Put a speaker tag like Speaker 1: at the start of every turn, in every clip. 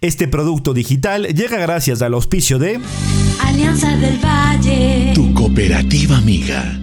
Speaker 1: Este producto digital llega gracias al auspicio de
Speaker 2: Alianza del Valle.
Speaker 3: Tu cooperativa amiga.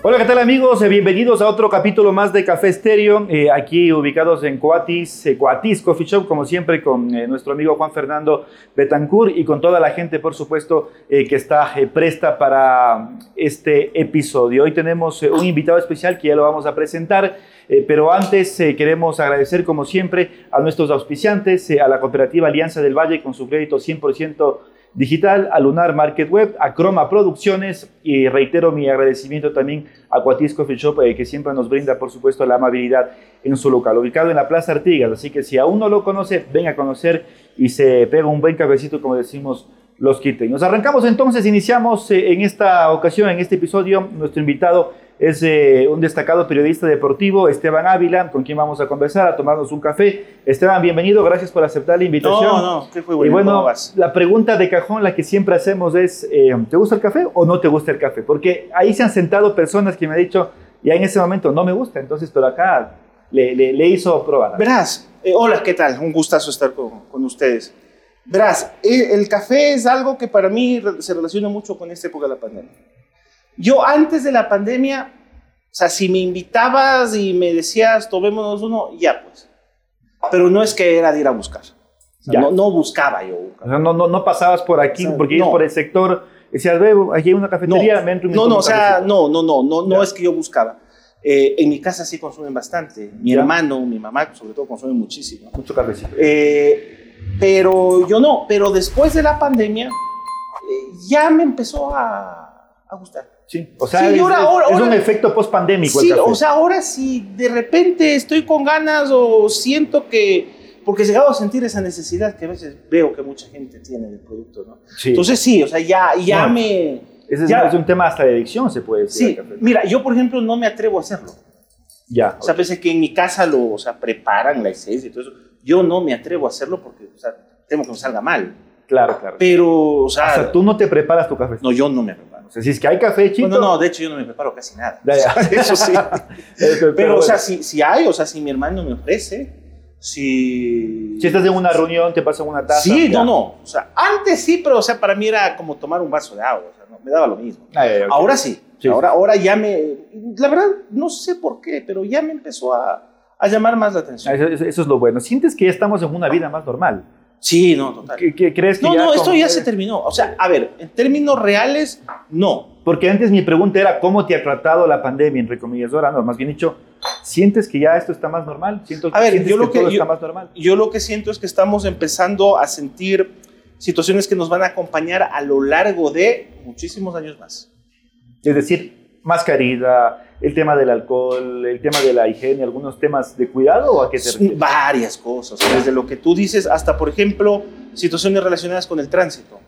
Speaker 1: Hola, ¿qué tal amigos? Eh, Bienvenidos a otro capítulo más de Café Estéreo, eh, aquí ubicados en Coatis, eh, Coatis Coffee Shop, como siempre, con eh, nuestro amigo Juan Fernando Betancourt y con toda la gente, por supuesto, eh, que está eh, presta para este episodio. Hoy tenemos eh, un invitado especial que ya lo vamos a presentar. Eh, pero antes eh, queremos agradecer, como siempre, a nuestros auspiciantes, eh, a la cooperativa Alianza del Valle con su crédito 100% digital, a Lunar Market Web, a Croma Producciones y reitero mi agradecimiento también a Cuatis Coffee Shop, eh, que siempre nos brinda, por supuesto, la amabilidad en su local, ubicado en la Plaza Artigas. Así que si aún no lo conoce, ven a conocer y se pega un buen cafecito, como decimos los quiteños. Arrancamos entonces, iniciamos eh, en esta ocasión, en este episodio, nuestro invitado es eh, un destacado periodista deportivo, Esteban Ávila, con quien vamos a conversar, a tomarnos un café. Esteban, bienvenido, gracias por aceptar la invitación.
Speaker 4: No, no, qué fue bueno.
Speaker 1: y bueno,
Speaker 4: ¿cómo vas?
Speaker 1: la pregunta de cajón, la que siempre hacemos es, eh, ¿te gusta el café o no te gusta el café? Porque ahí se han sentado personas que me han dicho, ya en ese momento no me gusta, entonces por acá le, le- le hizo probar.
Speaker 4: Verás, eh, hola, ¿qué tal? Un gustazo estar con, con ustedes. Verás, eh, el café es algo que para mí re- se relaciona mucho con esta época de la pandemia. Yo antes de la pandemia, o sea, si me invitabas y me decías, tomémonos uno, ya pues. Pero no es que era de ir a buscar. O sea,
Speaker 1: Ya.
Speaker 4: no, no buscaba yo un café.
Speaker 1: O sea, no, no, no pasabas por aquí,
Speaker 4: O sea,
Speaker 1: porque
Speaker 4: no.
Speaker 1: ibas por el sector, decías, ve, aquí hay una cafetería, me entro y me
Speaker 4: No,
Speaker 1: tomo
Speaker 4: no,
Speaker 1: un
Speaker 4: o sea,
Speaker 1: cafecito".
Speaker 4: no, no, no, no,
Speaker 1: Ya.
Speaker 4: no es que yo buscaba. Eh, en mi casa sí consumen bastante. Mi
Speaker 1: Ya.
Speaker 4: hermano, mi mamá, sobre todo, consumen muchísimo.
Speaker 1: Mucho cafecito.
Speaker 4: Eh, pero yo no, pero después de la pandemia eh, ya me empezó a, a gustar.
Speaker 1: Sí, o sea,
Speaker 4: Sí,
Speaker 1: es,
Speaker 4: ahora-
Speaker 1: es-
Speaker 4: ahora-
Speaker 1: es un
Speaker 4: ahora-
Speaker 1: efecto post-pandémico
Speaker 4: Sí,
Speaker 1: el café.
Speaker 4: o sea, ahora si de repente estoy con ganas o siento que, porque he llegado a sentir esa necesidad que a veces veo que mucha gente tiene del producto, ¿no?
Speaker 1: Sí.
Speaker 4: Entonces sí, o sea, ya, ya
Speaker 1: No.
Speaker 4: me...
Speaker 1: Ese es,
Speaker 4: ya-
Speaker 1: es un tema hasta de adicción, se puede decir.
Speaker 4: Sí,
Speaker 1: al café.
Speaker 4: mira, yo por ejemplo no me atrevo a hacerlo.
Speaker 1: Ya,
Speaker 4: O sea, pese que en mi casa lo o sea, preparan la esencia y todo eso, yo no me atrevo a hacerlo porque o sea, temo que me salga mal.
Speaker 1: claro, claro.
Speaker 4: Pero, o sea,
Speaker 1: o sea, tú no te preparas tu café.
Speaker 4: No, yo no me preparo.
Speaker 1: O sea, si es que hay café, chico.
Speaker 4: Bueno, no, de hecho yo no me preparo casi nada.
Speaker 1: Ya, ya.
Speaker 4: Eso sí.
Speaker 1: Pero,
Speaker 4: Pero, o sea,
Speaker 1: bueno,
Speaker 4: si, si hay, o sea, si mi hermano me ofrece, si...
Speaker 1: si estás en una reunión, te pasan una taza.
Speaker 4: Sí,
Speaker 1: ya.
Speaker 4: no, no. O sea, antes sí, pero, o sea, para mí era como tomar un vaso de agua. O sea, no, me daba lo mismo.
Speaker 1: Ah, ya, ya, ok.
Speaker 4: Ahora sí.
Speaker 1: Sí.
Speaker 4: Ahora, ahora ya me... La verdad, no sé por qué, pero ya me empezó a, a llamar más la
Speaker 1: Ah,
Speaker 4: atención.
Speaker 1: Eso, eso- eso es lo bueno. Sientes que ya estamos en una vida más normal.
Speaker 4: Sí, no, total.
Speaker 1: ¿Qué, qué crees que
Speaker 4: No,
Speaker 1: ya
Speaker 4: no, esto
Speaker 1: como-
Speaker 4: ya se terminó. O sea, a ver, en términos reales, no.
Speaker 1: Porque antes mi pregunta era cómo te ha tratado la pandemia, entre comillas, ahora no, más bien dicho, ¿sientes que ya esto está más normal? ¿Siento,
Speaker 4: A ver,
Speaker 1: ¿Sientes
Speaker 4: yo lo que-
Speaker 1: todo
Speaker 4: yo-
Speaker 1: está más normal?
Speaker 4: yo lo que siento es que estamos empezando a sentir situaciones que nos van a acompañar a lo largo de muchísimos años más.
Speaker 1: Es decir, mascarilla, el tema del alcohol, el tema de la higiene, algunos temas de cuidado o a qué te refieres?
Speaker 4: Varias cosas, desde lo que tú dices hasta, por ejemplo, situaciones relacionadas con el tránsito.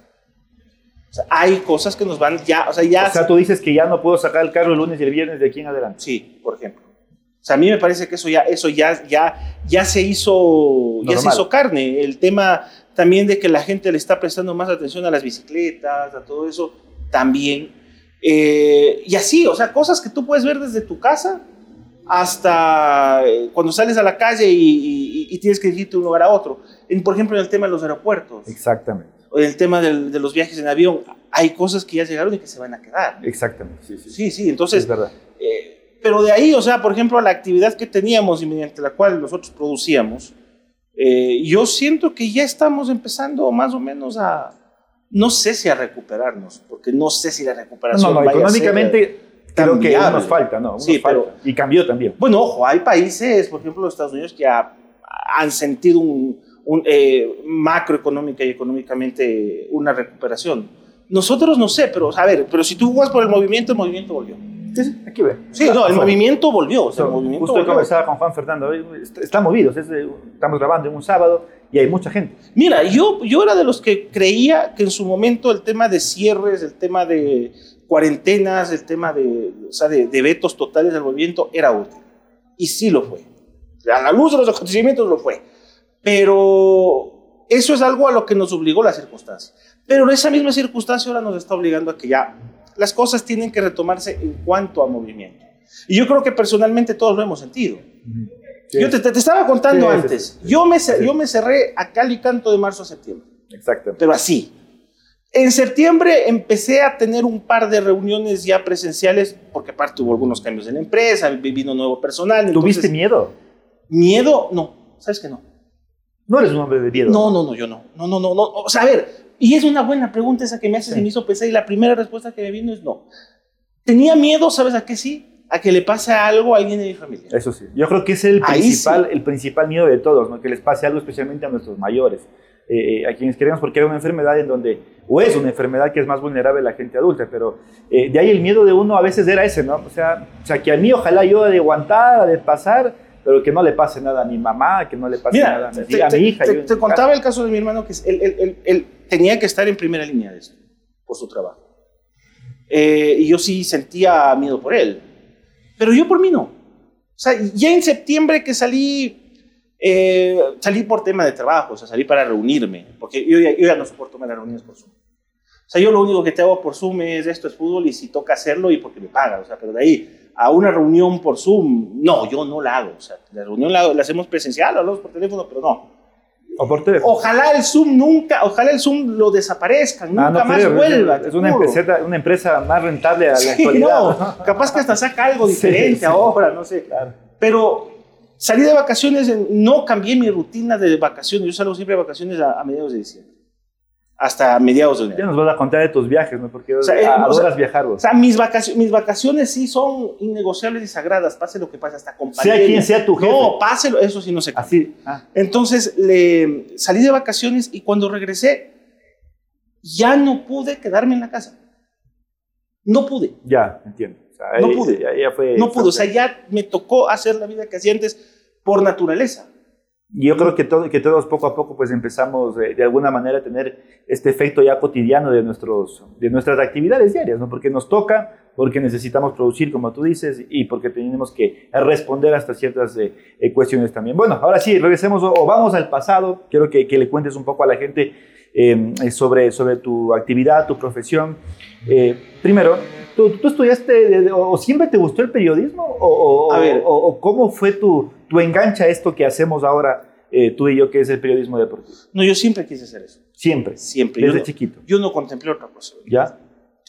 Speaker 4: O sea, hay cosas que nos van ya, o sea, ya...
Speaker 1: O sea, tú dices que ya no puedo sacar el carro el lunes y el viernes de aquí en adelante.
Speaker 4: Sí, por ejemplo. O sea, a mí me parece que eso ya, eso ya, ya, ya se hizo, ya se
Speaker 1: Normal.
Speaker 4: hizo carne. El tema también de que la gente le está prestando más atención a las bicicletas, a todo eso, también. Eh, y así, o sea, cosas que tú puedes ver desde tu casa hasta eh, cuando sales a la calle y, y- y tienes que dirigirte de un lugar a otro. En, por ejemplo, en el tema de los aeropuertos,
Speaker 1: Exactamente,
Speaker 4: o en el tema del- de los viajes en avión, hay cosas que ya llegaron y que se van a quedar.
Speaker 1: exactamente. Sí, sí, sí.
Speaker 4: Sí, sí, entonces
Speaker 1: es verdad.
Speaker 4: eh, pero de ahí, o sea, por ejemplo, la actividad que teníamos y mediante la cual nosotros producíamos, eh, yo siento que ya estamos empezando más o menos a, no sé si a recuperarnos, porque no sé si la recuperación.
Speaker 1: No, no,
Speaker 4: vaya a ser-
Speaker 1: económicamente
Speaker 4: tan
Speaker 1: creo que aún
Speaker 4: viable.
Speaker 1: nos falta, ¿no? aún
Speaker 4: Sí,
Speaker 1: nos falta. Y cambió también.
Speaker 4: Bueno, ojo, hay países, por ejemplo, los Estados Unidos, que ha- han sentido un, un, eh, macroeconómica y económicamente una recuperación. Nosotros no sé, pero a ver, pero si tú jugas por el movimiento, el movimiento volvió.
Speaker 1: Sí, sí, aquí ve.
Speaker 4: Sí, no, el
Speaker 1: Afuera.
Speaker 4: movimiento volvió. o sea, el movimiento
Speaker 1: Justo he
Speaker 4: volvió.
Speaker 1: conversado con Juan Fernando, hoy está- están movidos, es, eh, estamos eh, grabando en un sábado y hay mucha gente.
Speaker 4: Mira, yo, yo era de los que creía que en su momento el tema de cierres, el tema de cuarentenas, el tema de, o sea, de, de vetos totales del movimiento era útil. Y sí lo fue. A la luz de los acontecimientos lo fue. Pero eso es algo a lo que nos obligó la circunstancia. Pero esa misma circunstancia ahora nos está obligando a que ya las cosas tienen que retomarse en cuanto a movimiento. Y yo creo que personalmente todos lo hemos sentido.
Speaker 1: Sí,
Speaker 4: Yo te, te- te estaba contando
Speaker 1: Sí, sí,
Speaker 4: antes.
Speaker 1: sí, sí.
Speaker 4: Yo, me, ce-
Speaker 1: Sí.
Speaker 4: yo me cerré a cal y canto de marzo a septiembre,
Speaker 1: Exacto.
Speaker 4: pero así. En septiembre empecé a tener un par de reuniones ya presenciales, porque aparte hubo algunos cambios en la empresa, vi- vino nuevo personal.
Speaker 1: ¿Tuviste
Speaker 4: entonces-
Speaker 1: miedo?
Speaker 4: miedo? No, ¿sabes que no?
Speaker 1: No eres un hombre de miedo.
Speaker 4: No, no, no, yo no. No, no, no, no. O sea, a ver, y es una buena pregunta esa que me haces
Speaker 1: Sí.
Speaker 4: y me hizo pensar y la primera respuesta que me vino es no. Tenía miedo, ¿sabes a qué sí? A que le pase algo a alguien de mi familia.
Speaker 1: Eso sí. Yo creo que es el
Speaker 4: Ahí
Speaker 1: principal, el principal miedo de todos, ¿no? que les pase algo especialmente a nuestros mayores, eh, eh, a quienes queremos, porque era una enfermedad en donde, o es una enfermedad que es más vulnerable a la gente adulta, pero eh, de ahí el miedo de uno a veces era ese, ¿no? O sea, o sea, que a mí ojalá yo de aguantar, de pasar, pero que no le pase nada a mi mamá, que no le pase nada a
Speaker 4: Mira,
Speaker 1: mi,
Speaker 4: te,
Speaker 1: a mi
Speaker 4: te-
Speaker 1: hija.
Speaker 4: te-
Speaker 1: yo en
Speaker 4: te
Speaker 1: mi
Speaker 4: contaba el caso de mi hermano que es- él, él- él- él tenía que estar en primera línea de esto, por su trabajo. Eh, y yo sí sentía miedo por él, pero yo por mí no. O sea, ya en septiembre que salí, eh, salí por tema de trabajo, o sea, salí para reunirme, porque yo ya, yo ya no soporto más las reuniones por Zoom. O sea, yo lo único que te hago por Zoom es esto es fútbol y si toca hacerlo y porque me pagan, o sea, pero de ahí a una reunión por Zoom, no, yo no la hago, o sea, la reunión la, la hacemos presencial, la hablamos por teléfono, pero no.
Speaker 1: casa. O por teléfono.
Speaker 4: Ojalá el Zoom nunca, ojalá el Zoom lo desaparezcan,
Speaker 1: Ah,
Speaker 4: nunca
Speaker 1: no
Speaker 4: más
Speaker 1: creo, es-
Speaker 4: vuelva.
Speaker 1: Es,
Speaker 4: te
Speaker 1: una,
Speaker 4: juro.
Speaker 1: empresa, una empresa más rentable a la
Speaker 4: Sí,
Speaker 1: actualidad. ¿no?
Speaker 4: no, capaz que hasta saca algo
Speaker 1: Sí,
Speaker 4: diferente
Speaker 1: sí.
Speaker 4: ahora, no sé. Pero salí de vacaciones, en- no cambié mi rutina de vacaciones. Yo salgo siempre de vacaciones a, a mediados de diciembre, hasta mediados de
Speaker 1: Ya
Speaker 4: enero.
Speaker 1: nos vas a contar de tus viajes, ¿no? Porque
Speaker 4: sea, eh,
Speaker 1: a-
Speaker 4: o
Speaker 1: adoras
Speaker 4: sea,
Speaker 1: viajar. vos.
Speaker 4: O sea, mis, vacaciones, mis vacaciones sí son innegociables y sagradas, pase lo que pase, hasta con
Speaker 1: Sea
Speaker 4: pandemia.
Speaker 1: quien sea tu jefe.
Speaker 4: No, pase, lo- eso sí no se cambia.
Speaker 1: Así. ah.
Speaker 4: Entonces le, salí de vacaciones y cuando regresé, ya no pude quedarme en la casa. No pude.
Speaker 1: Ya, entiendo. O sea,
Speaker 4: No
Speaker 1: ahí-
Speaker 4: pude.
Speaker 1: Ya, ya fue,
Speaker 4: No pude, o sea, ya me tocó hacer la vida que hacía antes por naturaleza.
Speaker 1: Y yo creo que, todo- que todos poco a poco pues empezamos eh, de alguna manera a tener este efecto ya cotidiano de, nuestros, de nuestras actividades diarias, ¿no? Porque nos toca, porque necesitamos producir, como tú dices, y porque tenemos que responder hasta ciertas eh, eh, cuestiones también. Bueno, ahora sí, regresemos o, o vamos al pasado. Quiero que, que le cuentes un poco a la gente eh, eh, sobre, sobre tu actividad, tu profesión. Eh, primero, ¿tú, tú estudiaste de- de- o o siempre te gustó el periodismo? ¿O, o-
Speaker 4: A ver.
Speaker 1: o- o cómo fue tu, tu enganche a esto que hacemos ahora eh, tú y yo, que es el periodismo deportivo?
Speaker 4: No, yo siempre quise hacer eso.
Speaker 1: Siempre,
Speaker 4: Siempre. Yo
Speaker 1: desde
Speaker 4: no,
Speaker 1: chiquito.
Speaker 4: yo no contemplé otra cosa.
Speaker 1: ¿Ya?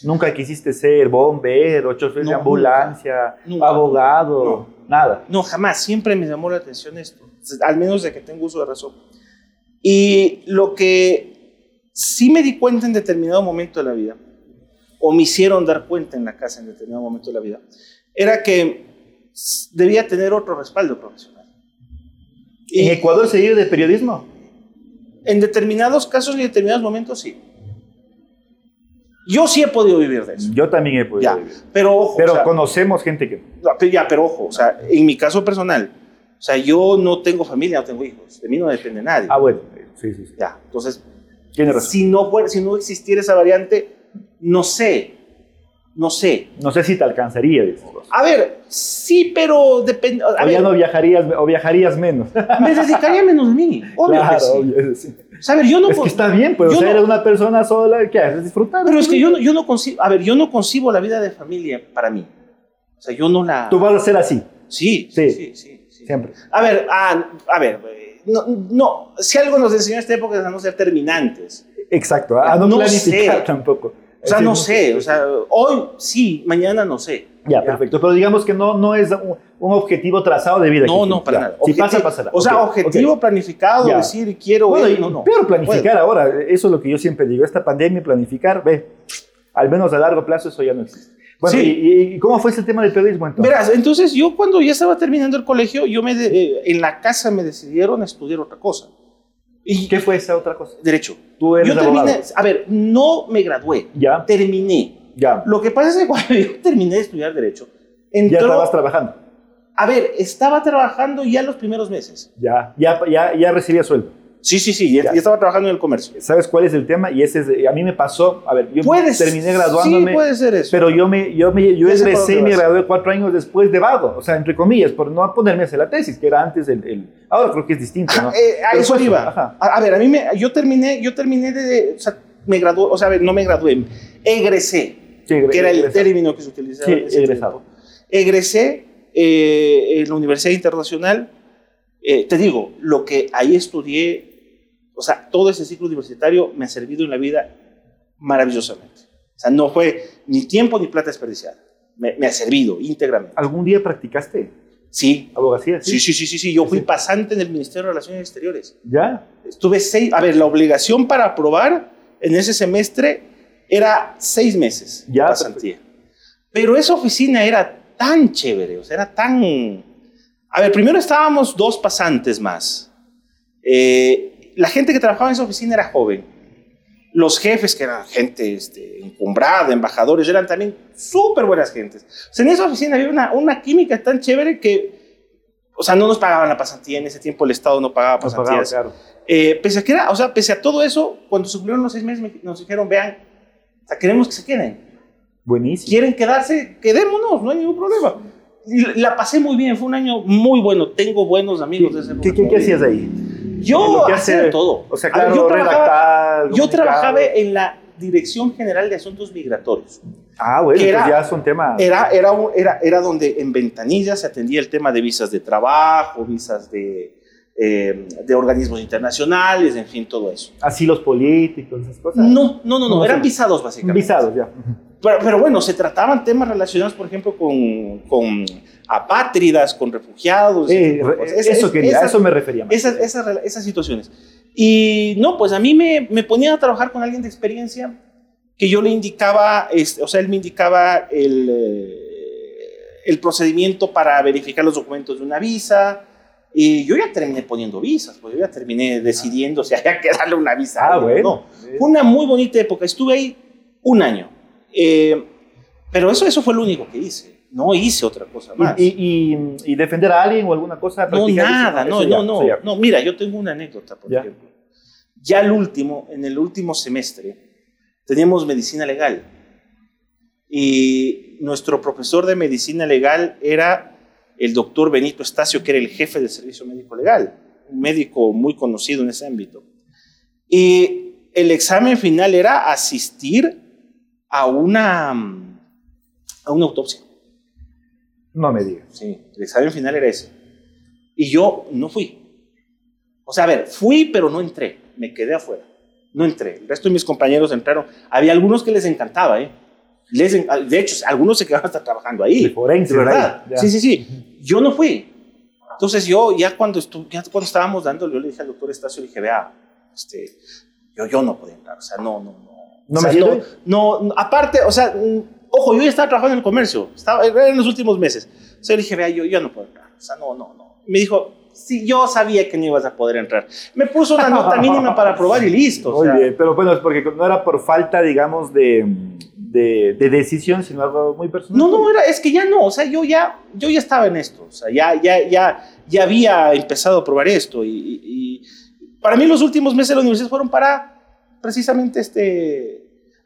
Speaker 1: Nunca quisiste ser bombero, chofer de
Speaker 4: No,
Speaker 1: ambulancia,
Speaker 4: nunca.
Speaker 1: abogado, nada.
Speaker 4: No, jamás. Siempre me llamó la atención esto. Al menos de que tengo uso de razón. Y lo que sí me di cuenta en determinado momento de la vida, o me hicieron dar cuenta en la casa en determinado momento de la vida, era que s- debía tener otro respaldo profesional.
Speaker 1: ¿En Ecuador se vive de periodismo?
Speaker 4: En determinados casos y determinados momentos sí. Yo sí he podido vivir de eso.
Speaker 1: Yo también he podido
Speaker 4: Ya,
Speaker 1: vivir.
Speaker 4: pero ojo,
Speaker 1: Pero
Speaker 4: o sea,
Speaker 1: conocemos gente que...
Speaker 4: no, pero Ah, ya, pero ojo, o sea, en mi caso personal, o sea, yo no tengo familia, no tengo hijos, de mí no depende nadie.
Speaker 1: Ah, bueno, eh, sí, sí, sí.
Speaker 4: Ya, entonces,
Speaker 1: Tiene razón.
Speaker 4: si no, fuera- si no existiera esa variante, no sé, no sé.
Speaker 1: No sé si te alcanzaría, dices vos.
Speaker 4: A ver, sí, pero depende. A
Speaker 1: O ya
Speaker 4: ver,
Speaker 1: no viajarías, o viajarías menos.
Speaker 4: me dedicaría menos de mí, obvio que
Speaker 1: claro,
Speaker 4: sí.
Speaker 1: obvio, sí.
Speaker 4: O sea, a ver, yo no
Speaker 1: es
Speaker 4: puedo-
Speaker 1: que está bien, pues, o
Speaker 4: yo
Speaker 1: sea,
Speaker 4: no-
Speaker 1: eres una persona sola, ¿qué haces? Disfrutar.
Speaker 4: Pero es que yo no, yo no concibo, a ver, yo no concibo la vida de familia para mí. O sea, yo no la...
Speaker 1: Tú vas a ser así,
Speaker 4: Sí,
Speaker 1: Sí.
Speaker 4: sí, sí, sí, sí.
Speaker 1: siempre.
Speaker 4: A ver, ah, a ver, eh, no, no, si algo nos enseñó esta época es a no ser terminantes.
Speaker 1: Exacto, a no,
Speaker 4: No
Speaker 1: planificar
Speaker 4: sé.
Speaker 1: tampoco.
Speaker 4: O sea,
Speaker 1: Sí,
Speaker 4: no sé, o sea, hoy sí, mañana no sé.
Speaker 1: Ya, perfecto. Pero digamos que no, no es un, un objetivo trazado de vida. que
Speaker 4: No,
Speaker 1: tienes.
Speaker 4: no, para
Speaker 1: Ya.
Speaker 4: nada.
Speaker 1: Si
Speaker 4: Objeti-
Speaker 1: pasa, pasará.
Speaker 4: O sea,
Speaker 1: Ok, ok.
Speaker 4: objetivo planificado,
Speaker 1: Ya.
Speaker 4: decir quiero
Speaker 1: Bueno,
Speaker 4: ir,
Speaker 1: y
Speaker 4: no, no.
Speaker 1: peor planificar ahora. Eso es lo que yo siempre digo. Esta pandemia, planificar, ve, al menos a largo plazo eso ya no existe. Bueno,
Speaker 4: Sí.
Speaker 1: y, y- y cómo fue ese tema del periodismo entonces?
Speaker 4: Verás, entonces yo cuando ya estaba terminando el colegio, yo me de- eh, en la casa me decidieron a estudiar otra cosa. Y
Speaker 1: ¿Qué fue esa otra cosa?
Speaker 4: derecho.
Speaker 1: Tú eres
Speaker 4: Yo terminé,
Speaker 1: abogado.
Speaker 4: a ver, no me gradué,
Speaker 1: Ya,
Speaker 4: terminé.
Speaker 1: ya.
Speaker 4: Lo que pasa es que cuando yo terminé de estudiar Derecho,
Speaker 1: Ya
Speaker 4: entró.
Speaker 1: estabas trabajando.
Speaker 4: A ver, estaba trabajando ya los primeros meses.
Speaker 1: Ya, ya, ya, ya recibía sueldo.
Speaker 4: Sí, sí, sí, ya,
Speaker 1: Ya.
Speaker 4: ya estaba trabajando en el comercio.
Speaker 1: ¿Sabes cuál es el tema? Y ese es- a mí me pasó, a ver, yo
Speaker 4: Puedes,
Speaker 1: terminé graduándome,
Speaker 4: Sí, puede ser eso.
Speaker 1: pero yo me, yo me, yo
Speaker 4: Ya sé por
Speaker 1: egresé y
Speaker 4: dónde
Speaker 1: me
Speaker 4: vas.
Speaker 1: gradué cuatro años después de vago, o sea, entre comillas, por no ponerme a hacer la tesis, que era antes el, el- ahora creo que es distinto, ¿no?
Speaker 4: Eh, a
Speaker 1: Pero
Speaker 4: eso
Speaker 1: fue
Speaker 4: iba.
Speaker 1: ajá.
Speaker 4: A, a ver, a mí me, yo terminé, yo terminé de, o sea, me gradué, o sea, a ver, no me gradué, egresé,
Speaker 1: Sí,
Speaker 4: que era el
Speaker 1: egresado.
Speaker 4: término que se utilizaba.
Speaker 1: Sí,
Speaker 4: en ese
Speaker 1: egresado.
Speaker 4: tiempo. Egresé eh, en la Universidad Internacional. Eh, te digo, lo que ahí estudié, o sea, todo ese ciclo universitario me ha servido en la vida maravillosamente. O sea, no fue ni tiempo ni plata desperdiciada. Me, me ha servido íntegramente.
Speaker 1: ¿Algún día practicaste
Speaker 4: Sí,
Speaker 1: abogacía?
Speaker 4: sí, sí, sí, sí, sí. Yo fui
Speaker 1: Sí.
Speaker 4: pasante en el Ministerio de Relaciones Exteriores.
Speaker 1: ¿Ya?
Speaker 4: Estuve seis, a ver, la obligación para aprobar en ese semestre era seis meses de
Speaker 1: Ya,
Speaker 4: pasantía. Pero esa oficina era tan chévere, o sea, era tan... A ver, primero estábamos dos pasantes más. Eh, la gente que trabajaba en esa oficina era joven. Los jefes, que eran gente este, encumbrada, embajadores, eran también súper buenas gentes. O sea, en esa oficina había una, una química tan chévere que... O sea, no nos pagaban la pasantía. En ese tiempo el Estado no pagaba
Speaker 1: Pues
Speaker 4: pasantías.
Speaker 1: pagaba, claro.
Speaker 4: Eh, pese a que era, o sea, pese a todo eso, cuando se cumplieron los seis meses me- nos dijeron, vean, o sea, queremos que se queden.
Speaker 1: Buenísimo.
Speaker 4: Quieren quedarse, quedémonos, no hay ningún problema. Y la- la pasé muy bien, fue un año muy bueno. Tengo buenos amigos de ese
Speaker 1: ¿Qué, qué, qué hacías ahí?
Speaker 4: Yo
Speaker 1: Lo que
Speaker 4: hacía
Speaker 1: hace-
Speaker 4: de todo.
Speaker 1: O sea,
Speaker 4: A ver,
Speaker 1: claro,
Speaker 4: Ah, yo trabajaba,
Speaker 1: redactar,
Speaker 4: yo
Speaker 1: comunicar.
Speaker 4: trabajaba en la Dirección General de Asuntos Migratorios.
Speaker 1: Ah, bueno,
Speaker 4: que
Speaker 1: pues
Speaker 4: era-
Speaker 1: ya son temas.
Speaker 4: Era, era, un- era, era donde en ventanillas se atendía el tema de visas de trabajo, visas de, eh, de organismos internacionales, en fin, todo eso.
Speaker 1: Así los políticos, esas cosas.
Speaker 4: No, no, no,
Speaker 1: ¿Cómo
Speaker 4: no, eran
Speaker 1: son?
Speaker 4: visados básicamente.
Speaker 1: Visados, ya.
Speaker 4: Pero, pero bueno, se trataban temas relacionados, por ejemplo, con, con apátridas, con refugiados. ese
Speaker 1: Eh,
Speaker 4: tipo de
Speaker 1: re-
Speaker 4: cosas. Es-
Speaker 1: eso
Speaker 4: es-
Speaker 1: quería, a
Speaker 4: esas-
Speaker 1: eso me refería. más.
Speaker 4: esas, esas rela- esas situaciones. Y no, pues a mí me, me ponían a trabajar con alguien de experiencia que yo le indicaba, este, o sea, él me indicaba el, eh, el procedimiento para verificar los documentos de una visa. Y yo ya terminé poniendo visas, pues yo ya terminé decidiendo si había que darle una visa.
Speaker 1: ah,
Speaker 4: a alguien o no.
Speaker 1: bueno.
Speaker 4: Fue una muy bonita época. Estuve ahí un año. Eh, pero eso, eso fue lo único que hice. No hice otra cosa más.
Speaker 1: Y, y- y- y defender a alguien o alguna cosa.
Speaker 4: no,
Speaker 1: practicar eso,
Speaker 4: nada. No,
Speaker 1: eso ya,
Speaker 4: no, no,
Speaker 1: eso ya.
Speaker 4: no. Mira, yo tengo una anécdota, por
Speaker 1: Ya.
Speaker 4: ejemplo. Ya el último, en el último semestre, teníamos medicina legal. Y nuestro profesor de medicina legal era el doctor Benito Estacio, que era el jefe del servicio médico legal, un médico muy conocido en ese ámbito. Y el examen final era asistir a una, mm, a una autopsia.
Speaker 1: No me digas.
Speaker 4: Sí, el examen final era ese. Y yo no fui. O sea, a ver, fui, pero no entré. Me quedé afuera. No entré. El resto de mis compañeros entraron. Había algunos que les encantaba, ¿eh? Les en- de hecho, algunos se quedaron hasta trabajando ahí.
Speaker 1: De forense,
Speaker 4: De verdad.
Speaker 1: ¿verdad? Ya.
Speaker 4: Sí, sí, sí. Yo no fui. Entonces yo, ya cuando, estu- ya cuando estábamos dándole, yo le dije al doctor Estacio, le dije, vea, este, yo, yo no podía entrar. O sea, no, no, no.
Speaker 1: ¿No me
Speaker 4: O sea,
Speaker 1: sirve?
Speaker 4: no, no, aparte, o sea, mm, ojo, yo ya estaba trabajando en el comercio. Estaba, era en los últimos meses. Entonces yo le dije, vea, yo, yo no puedo entrar. O sea, no, no, no. Me dijo, sí, yo sabía que no ibas a poder entrar. Me puso una nota mínima para aprobar y listo. o
Speaker 1: Muy
Speaker 4: sea.
Speaker 1: bien, pero bueno, es porque no era por falta, digamos, de, de, de decisión, sino algo muy personal.
Speaker 4: No, no, era, es que ya no, o sea, yo ya, yo ya estaba en esto, o sea, ya, ya, ya, ya había empezado a probar esto y, y- y para mí los últimos meses de la universidad fueron para precisamente este,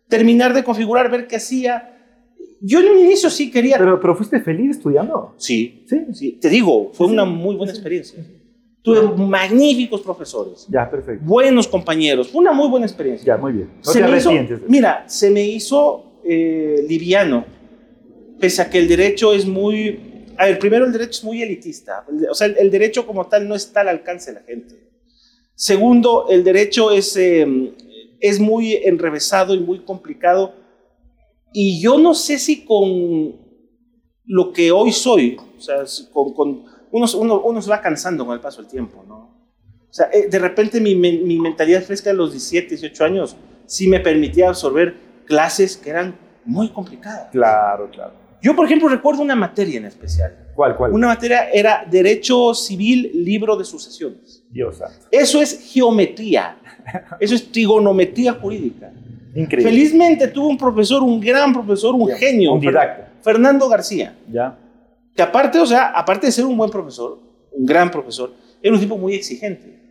Speaker 4: terminar de configurar, ver qué hacía. Yo en un inicio sí quería...
Speaker 1: Pero, pero fuiste feliz estudiando.
Speaker 4: sí,
Speaker 1: Sí.
Speaker 4: sí, te digo, fue
Speaker 1: Sí,
Speaker 4: una
Speaker 1: sí.
Speaker 4: muy buena experiencia. Tuve magníficos profesores,
Speaker 1: Ya, perfecto.
Speaker 4: buenos compañeros, fue una muy buena experiencia.
Speaker 1: Ya, muy bien. No
Speaker 4: Se
Speaker 1: te
Speaker 4: me hizo-
Speaker 1: arrepientes.
Speaker 4: mira, se me hizo eh, liviano, pese a que el derecho es muy... A ver, primero el derecho es muy elitista, o sea, el, el derecho como tal no está al alcance de la gente. Segundo, el derecho es, eh, es muy enrevesado y muy complicado, y yo no sé si con lo que hoy soy, o sea, es con, con- uno, uno- uno se va cansando con el paso del tiempo, ¿no? O sea, eh, de repente mi, men- mi mentalidad fresca de los 17, 18 años sí me permitía absorber clases que eran muy complicadas.
Speaker 1: Claro, claro.
Speaker 4: Yo, por ejemplo, recuerdo una materia en especial.
Speaker 1: ¿Cuál, cuál?
Speaker 4: Una materia era Derecho Civil, Libro de Sucesiones.
Speaker 1: Dios santo.
Speaker 4: Eso es geometría. Eso es trigonometría jurídica.
Speaker 1: Increíble.
Speaker 4: Felizmente tuve un profesor, un gran profesor, un
Speaker 1: Ya,
Speaker 4: genio.
Speaker 1: Un didacta.
Speaker 4: Fernando García.
Speaker 1: Ya.
Speaker 4: que aparte, o sea, aparte de ser un buen profesor, un gran profesor, era un tipo muy exigente.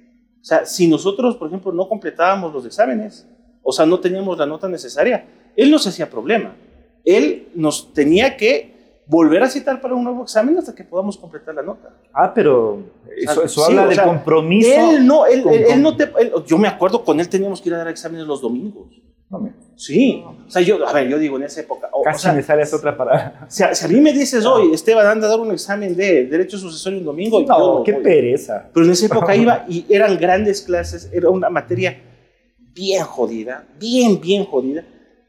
Speaker 4: O sea, si nosotros, por ejemplo, no completábamos los exámenes, o sea, no teníamos la nota necesaria, él nos hacía problema. Él nos tenía que volver a citar para un nuevo examen hasta que podamos completar la nota.
Speaker 1: Ah, pero eso, eso
Speaker 4: Sí,
Speaker 1: habla
Speaker 4: o
Speaker 1: de
Speaker 4: sea,
Speaker 1: compromiso.
Speaker 4: él no, él,
Speaker 1: con-
Speaker 4: él- él
Speaker 1: con-
Speaker 4: no te, él- yo me acuerdo con él teníamos que ir a dar exámenes los domingos.
Speaker 1: No, me-
Speaker 4: Sí, o sea, yo, a ver, yo digo en esa época, o, o
Speaker 1: casi
Speaker 4: sea,
Speaker 1: me sale esa otra palabra.
Speaker 4: si a, si a mí me dices hoy, Esteban, anda a dar un examen de derecho sucesorio un domingo, yo
Speaker 1: No, qué
Speaker 4: voy.
Speaker 1: pereza.
Speaker 4: Pero en esa época iba y eran grandes clases, era una materia bien jodida, bien, bien jodida.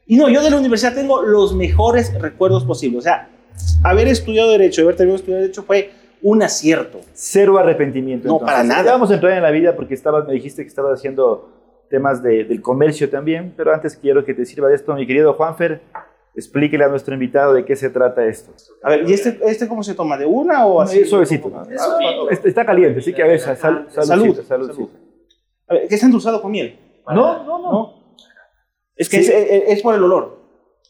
Speaker 4: Y no, yo de la universidad tengo los mejores recuerdos posibles. O sea, haber estudiado Derecho, haber terminado estudiando Derecho fue un acierto.
Speaker 1: Cero arrepentimiento.
Speaker 4: No,
Speaker 1: entonces.
Speaker 4: para nada.
Speaker 1: Ya vamos a entrar en la vida porque estabas, me dijiste que estabas haciendo temas de- del comercio también, pero antes quiero que te sirva de esto, mi querido Juanfer. Explíquele a nuestro invitado de qué se trata esto.
Speaker 4: A ver, ¿y este, este cómo se toma? ¿De una o
Speaker 1: No,
Speaker 4: así?
Speaker 1: es suavecito.
Speaker 4: ¿Cómo?
Speaker 1: Ah, está- Está caliente, así que a ver, sal, sal- saludcita,
Speaker 4: Salud,
Speaker 1: saludcita.
Speaker 4: A ver, ¿qué está endulzado con miel?
Speaker 1: No, no, no.
Speaker 4: Es que
Speaker 1: Sí.
Speaker 4: es, es- es por el olor.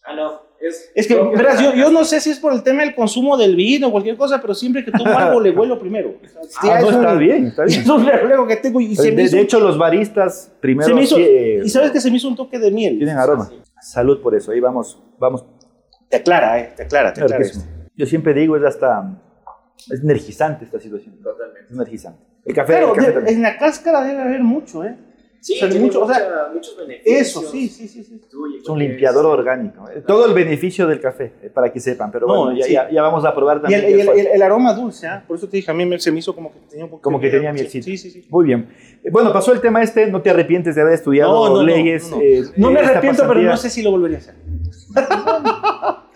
Speaker 5: Ah, no. Es,
Speaker 4: Es que,
Speaker 5: propio
Speaker 4: verás,
Speaker 5: de la
Speaker 4: yo, yo no sé si es por el tema del consumo del vino o cualquier cosa, pero siempre que tomo algo le huelo primero. O sea,
Speaker 1: Ah,
Speaker 4: ya
Speaker 1: no,
Speaker 4: es
Speaker 1: está
Speaker 4: un-
Speaker 1: bien, está bien.
Speaker 4: Es un reflejo que tengo y se
Speaker 1: De,
Speaker 4: me hizo.
Speaker 1: de hecho, los baristas primero
Speaker 4: se me hizo
Speaker 1: eh,
Speaker 4: y sabes que se me hizo un toque de miel.
Speaker 1: tienen aroma. Salud por eso, ahí vamos, vamos.
Speaker 4: Te aclara, eh, te aclara, te aclara.
Speaker 1: Claro que sí. Yo siempre digo, es hasta es energizante esta situación. Es energizante. El café, el
Speaker 4: Pero
Speaker 1: café
Speaker 4: de-
Speaker 1: también.
Speaker 4: en la cáscara debe haber mucho, ¿eh?
Speaker 5: Sí,
Speaker 4: O sea,
Speaker 5: tiene
Speaker 4: mucho- o sea,
Speaker 5: mucha- muchos beneficios.
Speaker 4: Eso, sí, sí, sí. sí.
Speaker 5: Tú y
Speaker 1: Es un limpiador orgánico. Eh, Todo el beneficio del café, eh, para que sepan. Pero
Speaker 4: No,
Speaker 1: bueno, ya,
Speaker 4: sí.
Speaker 1: ya- ya vamos a probar
Speaker 4: Y
Speaker 1: también.
Speaker 4: el, y el-
Speaker 1: después.
Speaker 4: el- el aroma dulce, ¿ah? Por eso te dije, a mí me- se me hizo como que tenía un poco
Speaker 1: Como que tenía
Speaker 4: sí,
Speaker 1: mielcita.
Speaker 4: Sí, sí, sí.
Speaker 1: Muy bien. Eh, Bueno, pasó el tema este. No te arrepientes de haber estudiado
Speaker 4: No, no, no,
Speaker 1: leyes.
Speaker 4: no, no.
Speaker 1: eh,
Speaker 4: No me
Speaker 1: esta
Speaker 4: arrepiento, pero
Speaker 1: pasantía.
Speaker 4: no sé si lo volvería a hacer.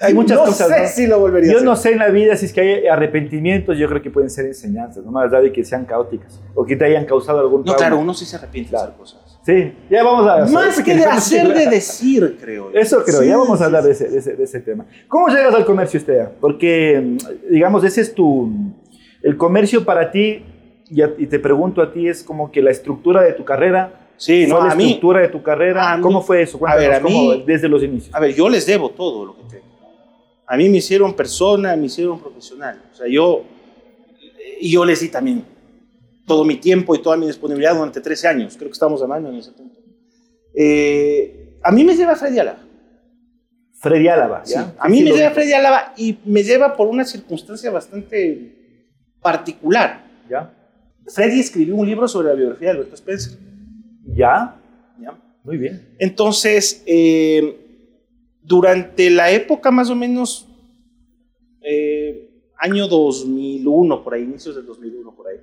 Speaker 1: Hay muchas
Speaker 4: no
Speaker 1: cosas.
Speaker 4: sé
Speaker 1: ¿no?
Speaker 4: si lo volvería a
Speaker 1: Yo
Speaker 4: hacer.
Speaker 1: no sé en la vida si es que hay arrepentimientos. Yo creo que pueden ser enseñanzas. No más de que sean caóticas o que te hayan causado algún
Speaker 4: No,
Speaker 1: trauma.
Speaker 4: claro, uno sí se arrepiente
Speaker 1: Claro.
Speaker 4: de hacer cosas.
Speaker 1: Sí, ya vamos a.
Speaker 4: Más que de hacer, de decir, creo. yo.
Speaker 1: Eso creo,
Speaker 4: Sí,
Speaker 1: ya vamos a
Speaker 4: sí,
Speaker 1: hablar
Speaker 4: sí.
Speaker 1: de ese, de ese- de ese tema. ¿Cómo llegas al comercio, Estea? Porque, mm, digamos, ese es tu... El comercio para ti, y, a- y te pregunto a ti, es como que la estructura de tu carrera.
Speaker 4: Sí, no,
Speaker 1: ¿Fue la
Speaker 4: a mí,
Speaker 1: estructura de tu carrera?
Speaker 4: a mí-
Speaker 1: ¿Cómo fue eso?
Speaker 4: a
Speaker 1: Cuéntanos,
Speaker 4: ver, a
Speaker 1: ¿cómo-
Speaker 4: mí-
Speaker 1: desde los inicios.
Speaker 4: A ver, yo les debo todo lo que tengo. A mí me hicieron persona, me hicieron profesional. O sea, yo. Y yo les di también todo mi tiempo y toda mi disponibilidad durante 13 años. Creo que estamos a mano en ese punto. Eh, a mí me lleva Freddy Álava.
Speaker 1: Freddy Álava, ¿ya?
Speaker 4: A mí
Speaker 1: Sí,
Speaker 4: me
Speaker 1: lo-
Speaker 4: lleva Freddy Álava y me lleva por una circunstancia bastante particular.
Speaker 1: ¿Ya?
Speaker 4: Freddy escribió un libro sobre la biografía de Alberto Spencer.
Speaker 1: ¿Ya?
Speaker 4: ¿ya?
Speaker 1: Muy bien.
Speaker 4: Entonces, eh, durante la época más o menos, eh, año 2001, por ahí, inicios del 2001, por ahí,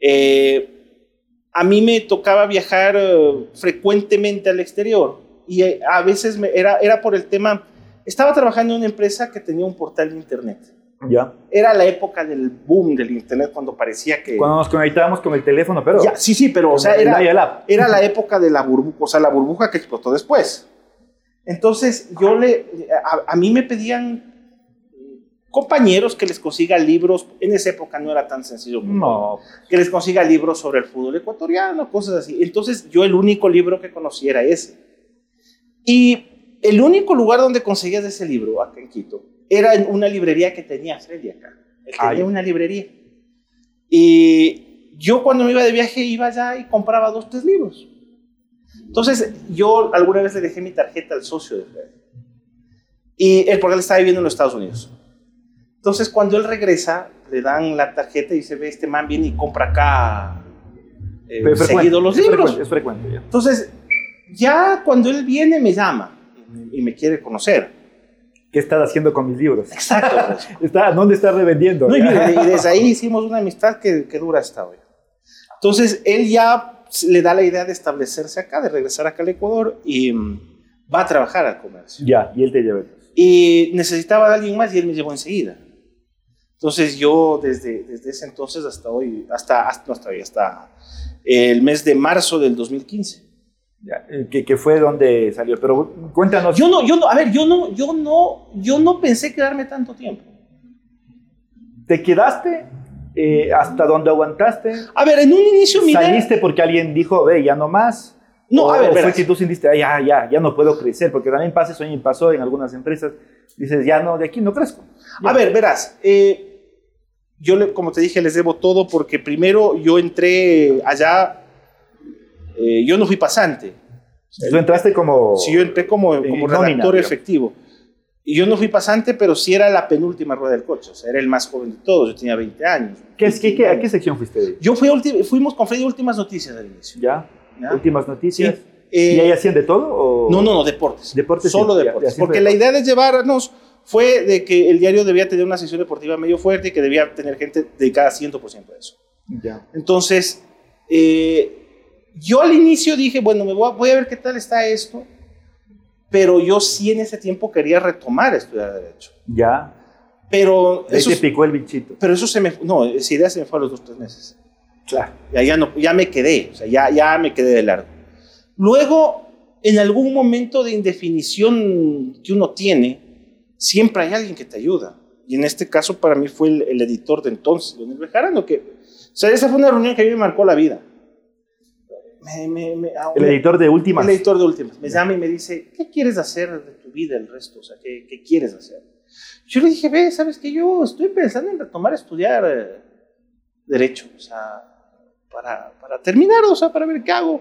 Speaker 4: eh, a mí me tocaba viajar eh, frecuentemente al exterior y eh, a veces me- era, era por el tema, estaba trabajando en una empresa que tenía un portal de internet.
Speaker 1: ¿Ya?
Speaker 4: Era la época del boom del internet cuando parecía que...
Speaker 1: Cuando nos conectábamos con el teléfono, pero...
Speaker 4: Ya, sí, sí, pero o sea,
Speaker 1: el
Speaker 4: era,
Speaker 1: dial-up.
Speaker 4: era la época de la burbuja, o sea, la burbuja que explotó después. Entonces, yo le, a, a mí me pedían eh, compañeros que les consiga libros, en esa época no era tan sencillo,
Speaker 1: No,
Speaker 4: que les consiga libros sobre el fútbol ecuatoriano, cosas así. Entonces, yo el único libro que conocía era ese. Y el único lugar donde conseguías ese libro, acá en Quito, era en una librería que tenía Freddy acá. Él
Speaker 1: Ah,
Speaker 4: tenía
Speaker 1: ya.
Speaker 4: una librería. Y yo cuando me iba de viaje iba allá y compraba dos, tres libros. Entonces, yo alguna vez le dejé mi tarjeta al socio de Freddy. Y él, porque él estaba viviendo en los Estados Unidos. Entonces, cuando él regresa, le dan la tarjeta y se ve, este man viene y compra acá eh,
Speaker 1: pero frecuente,
Speaker 4: seguido los
Speaker 1: es
Speaker 4: libros.
Speaker 1: frecuente, es frecuente, ya.
Speaker 4: Entonces, ya cuando él viene me llama y me- y me quiere conocer.
Speaker 1: ¿Qué estás haciendo con mis libros?
Speaker 4: Exacto. pues.
Speaker 1: Está, ¿Dónde estás revendiendo?
Speaker 4: No, y,
Speaker 1: Ya.
Speaker 4: mira, y desde ahí hicimos una amistad que, que dura hasta hoy. Entonces, él ya s- le da la idea de establecerse acá, de regresar acá al Ecuador y mm, va a trabajar al comercio.
Speaker 1: Ya, y él te lleva.
Speaker 4: Y necesitaba de alguien más y él me llevó enseguida. Entonces yo desde, desde ese entonces hasta hoy, hasta, hasta, no, hasta hoy, hasta el mes de marzo del 2015.
Speaker 1: Ya, eh, que, que fue donde salió. Pero cuéntanos.
Speaker 4: Yo no, yo no, a ver, yo no, yo no, yo no pensé quedarme tanto tiempo.
Speaker 1: ¿Te quedaste eh, hasta donde aguantaste?
Speaker 4: A ver, en un inicio mi idea-
Speaker 1: ¿Saliste porque alguien dijo, ve, ya no más?
Speaker 4: No,
Speaker 1: ¿O
Speaker 4: a ver,
Speaker 1: fue
Speaker 4: verás.
Speaker 1: que tú sentiste, "Ay, ya, ya, ya no puedo crecer? Porque también pasa eso y pasó en algunas empresas. Dices, ya no, de aquí no crezco.
Speaker 4: A ver, verás, eh, yo le- como te dije, les debo todo porque primero yo entré allá Eh, yo no fui pasante.
Speaker 1: Tú entraste como...
Speaker 4: Si yo entré como,
Speaker 1: Eh,
Speaker 4: como
Speaker 1: nómina,
Speaker 4: redactor
Speaker 1: digamos.
Speaker 4: efectivo. Y yo no fui pasante, pero sí era la penúltima rueda del coche. O sea, era el más joven de todos. Yo tenía 20 años.
Speaker 1: ¿Qué es- qué- qué- ¿A qué sección fuiste?
Speaker 4: Yo fui a ulti- fuimos con Freddy últimas noticias al inicio.
Speaker 1: ¿Ya?
Speaker 4: ¿ya?
Speaker 1: Últimas noticias.
Speaker 4: Sí.
Speaker 1: ¿Y
Speaker 4: Eh,
Speaker 1: ahí hacían de todo? o-
Speaker 4: No, no, no, deportes.
Speaker 1: Deportes,
Speaker 4: Solo
Speaker 1: sí, ya-
Speaker 4: deportes.
Speaker 1: ya siempre
Speaker 4: Porque la idea de llevarnos fue de que el diario debía tener una sección deportiva medio fuerte y que debía tener gente dedicada 100% a eso.
Speaker 1: Ya.
Speaker 4: Entonces, eh, yo al inicio dije, bueno, me voy a, voy a ver qué tal está esto, pero yo sí en ese tiempo quería retomar estudiar Derecho.
Speaker 1: Ya.
Speaker 4: Pero
Speaker 1: Ahí
Speaker 4: eso,
Speaker 1: te picó el bichito.
Speaker 4: pero eso se me... No, esa idea se me fue a los dos, tres meses.
Speaker 1: Claro.
Speaker 4: Ya, ya, no, ya me quedé, o sea, ya, ya me quedé de largo. Luego, en algún momento de indefinición que uno tiene, siempre hay alguien que te ayuda. Y en este caso para mí fue el, el editor de entonces, Leonel Bejarano, que... O sea, esa fue una reunión que a mí me marcó la vida. Me- me- me- ah,
Speaker 1: El
Speaker 4: me-
Speaker 1: editor de últimas.
Speaker 4: el editor de últimas. Me llama y me dice, ¿qué quieres hacer de tu vida el resto? O sea, ¿qué, qué quieres hacer? Yo le dije, ve, ¿sabes qué? Yo estoy pensando en retomar estudiar eh, Derecho, o sea, para, para terminar, o sea, para ver qué hago.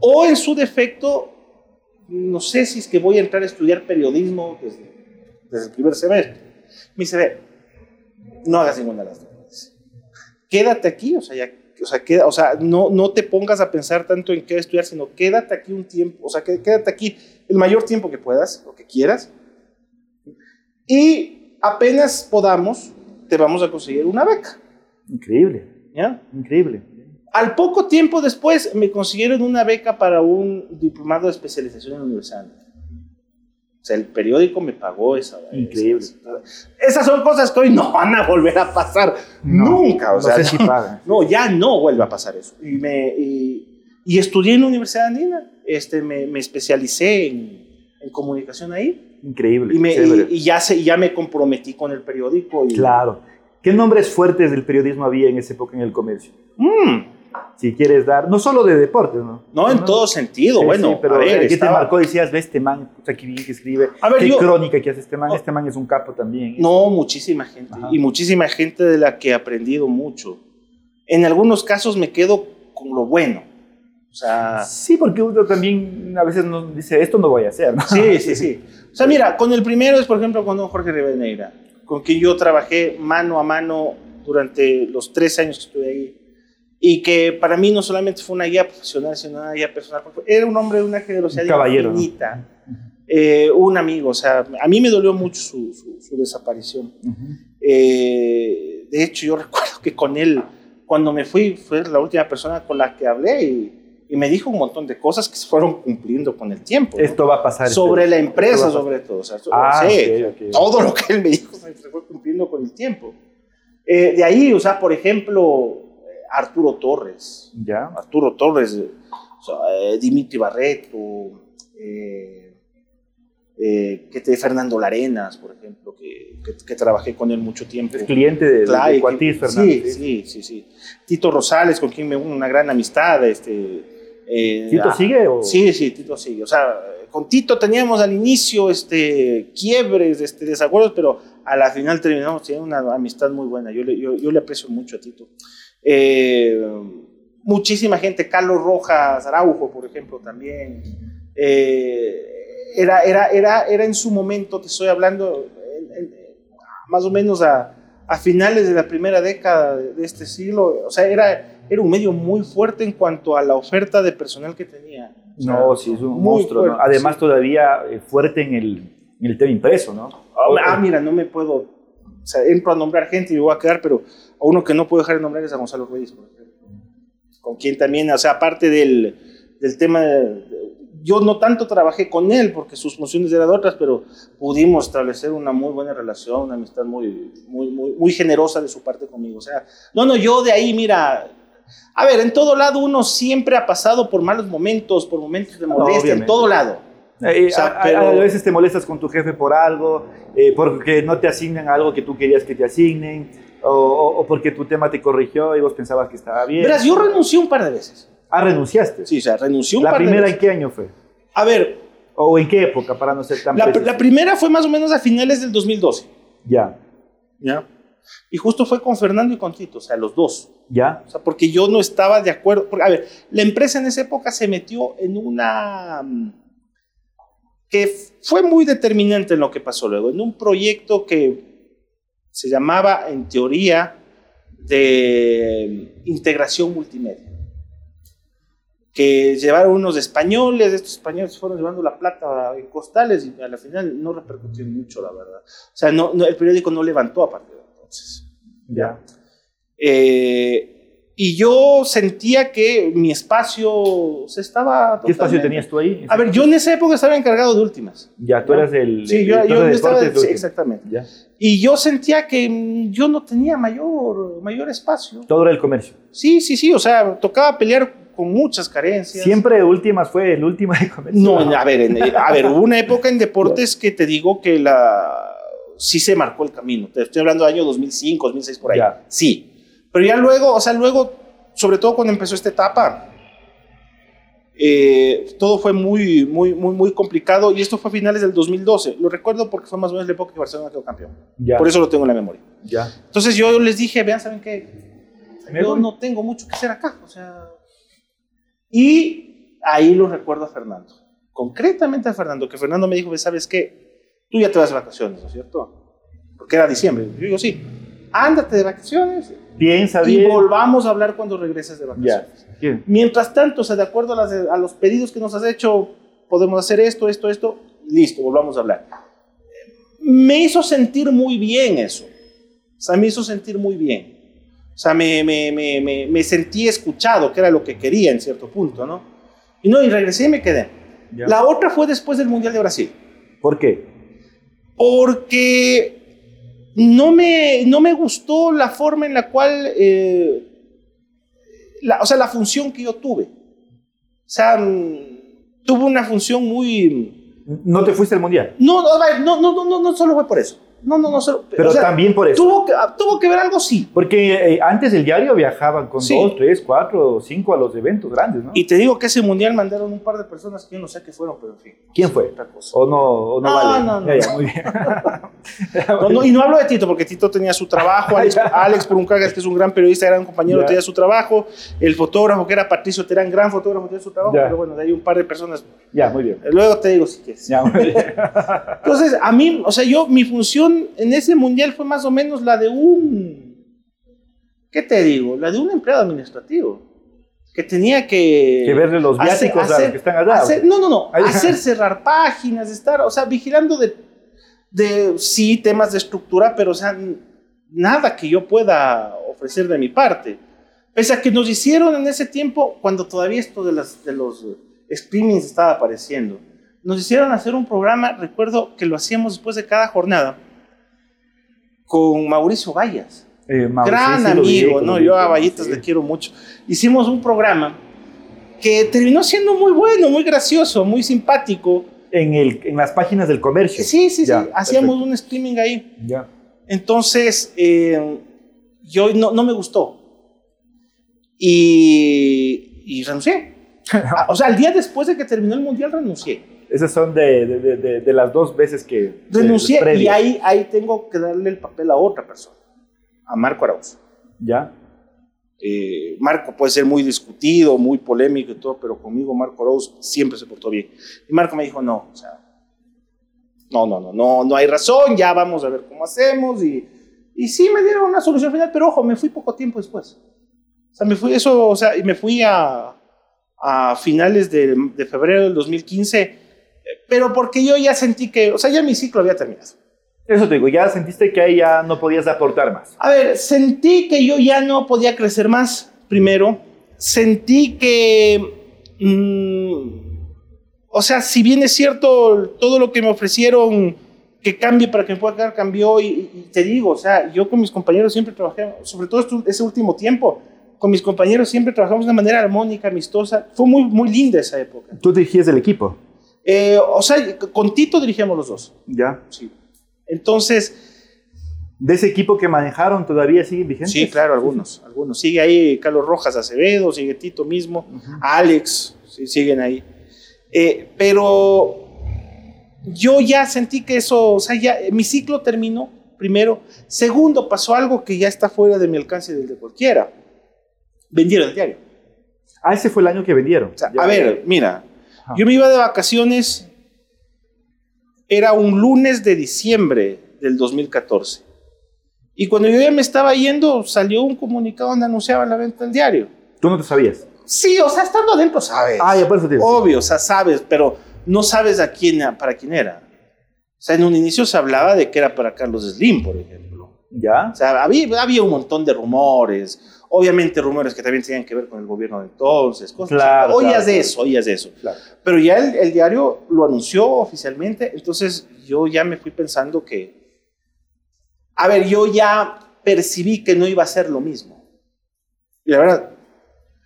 Speaker 4: O en su defecto, no sé si es que voy a entrar a estudiar periodismo desde, desde el primer semestre. Me dice, ve, no hagas ninguna de las dos. me dice. Quédate aquí, o sea, ya, o sea, queda, o sea no, no te pongas a pensar tanto en qué estudiar, sino quédate aquí un tiempo, o sea, que- quédate aquí el mayor tiempo que puedas, lo que quieras. Y apenas podamos, te vamos a conseguir una beca.
Speaker 1: Increíble.
Speaker 4: ¿ya?
Speaker 1: Increíble.
Speaker 4: Al poco tiempo después me consiguieron una beca para un diplomado de especialización en Universal. O sea, el periódico me pagó esa.
Speaker 1: Increíble.
Speaker 4: esas- Esas son cosas que hoy no van a volver a pasar nunca. O sea,
Speaker 1: no sé si pagan.
Speaker 4: no, ya no vuelve a pasar eso. Y, me, y, y estudié en la Universidad Andina, este, me, me especialicé en, en comunicación ahí
Speaker 1: Increíble.
Speaker 4: y, me, y,
Speaker 1: chévere.
Speaker 4: y ya se, y ya me comprometí con el periódico. Y,
Speaker 1: Claro. ¿Qué nombres fuertes del periodismo había en esa época en el comercio?
Speaker 4: Mm,
Speaker 1: Si quieres dar, no solo de deportes, ¿no?
Speaker 4: no, en todo sentido.
Speaker 1: Ah, Sí,
Speaker 4: bueno,
Speaker 1: sí, pero
Speaker 4: a ver,
Speaker 1: ¿qué
Speaker 4: estaba-
Speaker 1: te marcó? Decías, ve este man, puta, qué bien que escribe.
Speaker 4: A ver,
Speaker 1: qué
Speaker 4: yo-
Speaker 1: crónica que hace este man.
Speaker 4: No.
Speaker 1: Este man es un capo también.
Speaker 4: No, muchísima gente.
Speaker 1: Ajá.
Speaker 4: Y muchísima gente de la que he aprendido mucho. En algunos casos me quedo con lo bueno. O sea,
Speaker 1: Sí, porque uno también a veces nos dice, esto no voy a hacer, ¿no?
Speaker 4: sí, sí, sí. O sea, mira, con el primero es, por ejemplo, con don Jorge Rivadeneira, con quien yo trabajé mano a mano durante los tres años que estuve ahí. Y que para mí no solamente fue una guía profesional, sino una guía personal. porque Era un hombre de una generosidad
Speaker 1: Un caballero, ¿no?
Speaker 4: infinita. Eh, un amigo, o sea, a mí me dolió mucho su- su- su desaparición.
Speaker 1: Ujú.
Speaker 4: Eh, de hecho, yo recuerdo que con él, cuando me fui, fue la última persona con la que hablé y, y me dijo un montón de cosas que se fueron cumpliendo con el tiempo. ¿no?
Speaker 1: Esto va a pasar.
Speaker 4: sobre
Speaker 1: este-
Speaker 4: la
Speaker 1: esto va
Speaker 4: empresa,
Speaker 1: a pasar.
Speaker 4: sobre todo. o sea, so-
Speaker 1: Ah,
Speaker 4: sí,
Speaker 1: ok, ok.
Speaker 4: Todo lo que él me dijo se se fue cumpliendo con el tiempo. Eh, de ahí, o sea, por ejemplo, eh, Arturo Torres.
Speaker 1: Ya.
Speaker 4: Arturo Torres, eh, o sea, eh, Dimitri Barreto, eh, eh, que te- Fernando Larenas, por ejemplo, que, que- que trabajé con él mucho tiempo.
Speaker 1: Es cliente de, de- de
Speaker 4: Claro, y
Speaker 1: Cuatís,
Speaker 4: que-
Speaker 1: Fernando.
Speaker 4: Sí, sí, sí, sí. Tito Rosales, con quien me hubo una gran amistad. Este, eh,
Speaker 1: ¿Tito
Speaker 4: ah,
Speaker 1: sigue o...?
Speaker 4: Sí, sí, Tito sigue. O sea, con Tito teníamos al inicio este, quiebres, este, desacuerdos, pero a la final terminamos teniendo una amistad muy buena. Yo le, yo, yo le aprecio mucho a Tito. Eh, muchísima gente, Carlos Rojas Araujo, por ejemplo, también. Eh, era, era, era, era en su momento, te estoy hablando, en- en- más o menos a, a finales de la primera década de de este siglo. O sea, era, era un medio muy fuerte en cuanto a la oferta de personal que tenía. O sea,
Speaker 1: No, sí, es un
Speaker 4: muy
Speaker 1: monstruo. ¿no?
Speaker 4: fuerte,
Speaker 1: Además,
Speaker 4: sí.
Speaker 1: todavía eh, fuerte en el, en el tema impreso, ¿no?
Speaker 4: Ah, mira, no me puedo. O sea, entro a nombrar gente y me voy a quedar, pero a uno que no puedo dejar de nombrar es a Gonzalo Ruiz, por ejemplo. Con quien también, o sea, aparte del, del tema. de- de- yo no tanto trabajé con él porque sus funciones eran otras, pero pudimos establecer una muy buena relación, una amistad muy, muy, muy, muy generosa de su parte conmigo. O sea, no, no, yo de ahí, mira. A ver, en todo lado uno siempre ha pasado por malos momentos, por momentos de molestia, en
Speaker 1: Ah, obviamente.
Speaker 4: todo lado.
Speaker 1: Eh,
Speaker 4: o sea,
Speaker 1: a- a,
Speaker 4: pero-
Speaker 1: a veces te molestas con tu jefe por algo, eh, porque no te asignan algo que tú querías que te asignen, o, o- o porque tu tema te corrigió y vos pensabas que estaba bien.
Speaker 4: Verás, yo renuncié un par de veces.
Speaker 1: Ah, renunciaste.
Speaker 4: Sí, o sea, renunció un
Speaker 1: ¿La
Speaker 4: par de
Speaker 1: primera en
Speaker 4: veces.
Speaker 1: qué año fue?
Speaker 4: A ver,
Speaker 1: ¿O en qué época, para no ser tan
Speaker 4: la,
Speaker 1: preciso?
Speaker 4: la primera fue más o menos a finales del 2012.
Speaker 1: Ya,
Speaker 4: ¿Ya? Y justo fue con Fernando y con Tito, o sea, los dos.
Speaker 1: ¿Ya?
Speaker 4: O sea, porque yo no estaba de acuerdo. Porque, a ver, la empresa en esa época se metió en una. mm, que f- fue muy determinante en lo que pasó luego, en un proyecto que se llamaba, en teoría, de mm, integración multimedia. Que llevaron unos españoles, estos españoles fueron llevando la plata en costales y a la final no repercutió mucho, la verdad. O sea, no- no, el periódico no levantó a partir de entonces.
Speaker 1: Ya.
Speaker 4: Eh, y yo sentía que mi espacio se estaba.
Speaker 1: ¿Qué espacio
Speaker 4: totalmente-
Speaker 1: tenías tú ahí?
Speaker 4: A ver, yo en esa época estaba encargado de últimas.
Speaker 1: Ya, tú eras el.
Speaker 4: Sí,
Speaker 1: el
Speaker 4: yo, yo-
Speaker 1: director
Speaker 4: yo
Speaker 1: de
Speaker 4: estaba.
Speaker 1: deportes,
Speaker 4: sí,
Speaker 1: tú-
Speaker 4: exactamente.
Speaker 1: Ya.
Speaker 4: Y yo sentía que mm, yo no tenía mayor, mayor espacio.
Speaker 1: Todo era el comercio.
Speaker 4: Sí, sí, sí. O sea, tocaba pelear con muchas carencias.
Speaker 1: Siempre últimas fue el último de comercio.
Speaker 4: No, a ver, en- a ver, hubo una época en deportes que te digo que la sí se marcó el camino. Te estoy hablando del año 2005, 2006 por ahí.
Speaker 1: Ya.
Speaker 4: Sí. Pero ya luego, o sea, luego, sobre todo cuando empezó esta etapa, eh, todo fue muy, muy, muy, muy complicado y esto fue a finales del 2012. Lo recuerdo porque fue más o menos la época que Barcelona quedó campeón.
Speaker 1: Ya.
Speaker 4: Por eso lo tengo en la memoria.
Speaker 1: Ya.
Speaker 4: Entonces yo les dije, vean, ¿saben qué?
Speaker 1: Me
Speaker 4: yo
Speaker 1: voy.
Speaker 4: no tengo mucho que hacer acá, o sea... Y ahí lo recuerdo a Fernando, concretamente a Fernando, que Fernando me dijo, ¿sabes qué? Tú ya te vas de vacaciones, ¿no es cierto? Porque era diciembre. Yo digo, sí, ándate de vacaciones
Speaker 1: Piensa
Speaker 4: y
Speaker 1: bien.
Speaker 4: volvamos a hablar cuando regreses de
Speaker 1: Ya.
Speaker 4: vacaciones.
Speaker 1: Bien.
Speaker 4: Mientras tanto, o sea, de acuerdo a, las- a los pedidos que nos has hecho, podemos hacer esto, esto, esto, listo, volvamos a hablar. Me hizo sentir muy bien eso. O sea, me hizo sentir muy bien. O sea, me, me, me, me, me sentí escuchado, que era lo que quería en cierto punto, ¿no? Y no, y regresé y me quedé.
Speaker 1: Ya.
Speaker 4: La otra fue después del Mundial de Brasil
Speaker 1: ¿Por qué?
Speaker 4: porque no me, no me gustó la forma en la cual, eh, la- o sea, la función que yo tuve. O sea, mm, tuve una función muy...
Speaker 1: No te fuiste al mundial.
Speaker 4: No, no, va, no, no, no, no, no solo fue por eso. No, no, no solo...
Speaker 1: Pero
Speaker 4: o sea,
Speaker 1: también por eso.
Speaker 4: Tuvo que, tuvo que ver algo, sí.
Speaker 1: Porque eh, antes el diario viajaban con
Speaker 4: Sí.
Speaker 1: dos, tres, cuatro, cinco a los eventos grandes, ¿no?
Speaker 4: Y te digo que ese mundial mandaron un par de personas que yo no sé qué fueron, pero en fin.
Speaker 1: ¿Quién fue?
Speaker 4: Otra cosa.
Speaker 1: ¿O no, o no,
Speaker 4: No,
Speaker 1: vale?
Speaker 4: Ah, no, no.
Speaker 1: Ya, ya, muy bien.
Speaker 4: No, no, y no hablo de Tito, porque Tito tenía su trabajo, Alex, Alex Poruncagas, que es un gran periodista, gran compañero,
Speaker 1: Ya.
Speaker 4: tenía su trabajo, el fotógrafo, que era Patricio Terán, gran fotógrafo, tenía su trabajo,
Speaker 1: Ya.
Speaker 4: pero bueno, de ahí un par de personas.
Speaker 1: ya, muy bien.
Speaker 4: Luego te digo si quieres.
Speaker 1: Ya, muy bien.
Speaker 4: Entonces, a mí, o sea, yo, mi función en ese mundial fue más o menos la de un, ¿qué te digo? La de un empleado administrativo, que tenía que...
Speaker 1: Que verle los
Speaker 4: hacer-
Speaker 1: viáticos a los
Speaker 4: hacer-
Speaker 1: que están allá.
Speaker 4: hacer- no, no, no.
Speaker 1: Ahí.
Speaker 4: Hacer cerrar páginas, estar, o sea, vigilando de, de, sí, temas de estructura, pero, o sea, n- nada que yo pueda ofrecer de mi parte. Pese a que nos hicieron en ese tiempo, cuando todavía esto de, las, de los eh, streamings estaba apareciendo, nos hicieron hacer un programa, recuerdo que lo hacíamos después de cada jornada, con Mauricio Vallas
Speaker 1: Eh, Mauricio,
Speaker 4: gran
Speaker 1: sí lo vi,
Speaker 4: amigo,
Speaker 1: lo
Speaker 4: ¿no?
Speaker 1: vi,
Speaker 4: Yo a
Speaker 1: sí.
Speaker 4: Vallitas le quiero mucho. Hicimos un programa que terminó siendo muy bueno, muy gracioso, muy simpático.
Speaker 1: En, el, en las páginas del comercio.
Speaker 4: Sí, sí, sí.
Speaker 1: Ya,
Speaker 4: Hacíamos
Speaker 1: perfecto.
Speaker 4: un streaming ahí.
Speaker 1: Ya.
Speaker 4: Entonces, eh, yo no, no me gustó. Y, y renuncié. Ah, O sea, el día después de que terminó el Mundial, renuncié.
Speaker 1: Esas son de, de- de- de- de las dos veces que... de-
Speaker 4: Renuncié y
Speaker 1: previas.
Speaker 4: ahí, ahí tengo que darle el papel a otra persona, a Marco Arauz.
Speaker 1: Ya,
Speaker 4: Eh, Marco puede ser muy discutido, muy polémico y todo, pero conmigo Marco Rose siempre se portó bien. Y Marco me dijo, no, o sea, no, no, no, no, no hay razón, ya vamos a ver cómo hacemos. Y, y sí me dieron una solución final, pero ojo, me fui poco tiempo después. O sea, me fui, eso, o sea, y me fui a, a finales de, de febrero del 2015, eh, pero porque yo ya sentí que, o sea, ya mi ciclo había terminado.
Speaker 1: eso te digo, ya sentiste que ahí ya no podías aportar más.
Speaker 4: A ver, sentí que yo ya no podía crecer más, primero. Sentí que... mm, o sea, si bien es cierto, todo lo que me ofrecieron que cambie para que me pueda quedar cambió. Y, y te digo, o sea, yo con mis compañeros siempre trabajé, sobre todo estu- ese último tiempo, con mis compañeros siempre trabajamos de manera armónica, amistosa. Fue muy, muy linda esa época.
Speaker 1: Tú dirigías el equipo.
Speaker 4: Eh, o sea, con Tito dirigíamos los dos.
Speaker 1: Ya.
Speaker 4: Sí. Entonces...
Speaker 1: De ese equipo que manejaron todavía siguen vigentes.
Speaker 4: Sí, claro, algunos, algunos. Sigue ahí Carlos Rojas Acevedo, sigue Tito mismo, Alex, sí, siguen ahí. Eh, pero yo ya sentí que eso, o sea, ya eh, mi ciclo terminó, primero. Segundo, pasó algo que ya está fuera de mi alcance y del de cualquiera. vendieron el diario.
Speaker 1: Ah, ese fue el año que vendieron.
Speaker 4: O sea,
Speaker 1: Ya.
Speaker 4: a ver, mira,
Speaker 1: Ajá.
Speaker 4: yo me iba de vacaciones, era un lunes de diciembre del 2014. Y cuando yo ya me estaba yendo, salió un comunicado donde anunciaban la venta del diario.
Speaker 1: Tú no te sabías.
Speaker 4: Sí, o sea, estando adentro sabes.
Speaker 1: Ah, ya por eso te digo.
Speaker 4: Obvio, o sea, sabes, pero no sabes a quién, a- para quién era. O sea, en un inicio se hablaba de que era para Carlos Slim, por ejemplo.
Speaker 1: ¿Ya?
Speaker 4: O sea, había, había un montón de rumores, obviamente rumores que también tenían que ver con el gobierno de entonces. Cosas
Speaker 1: Claro,
Speaker 4: Oías
Speaker 1: claro,
Speaker 4: de
Speaker 1: claro.
Speaker 4: eso, oías de eso.
Speaker 1: Claro.
Speaker 4: Pero ya el, el diario lo anunció oficialmente, entonces yo ya me fui pensando que, a ver, yo ya percibí que no iba a ser lo mismo. Y la verdad,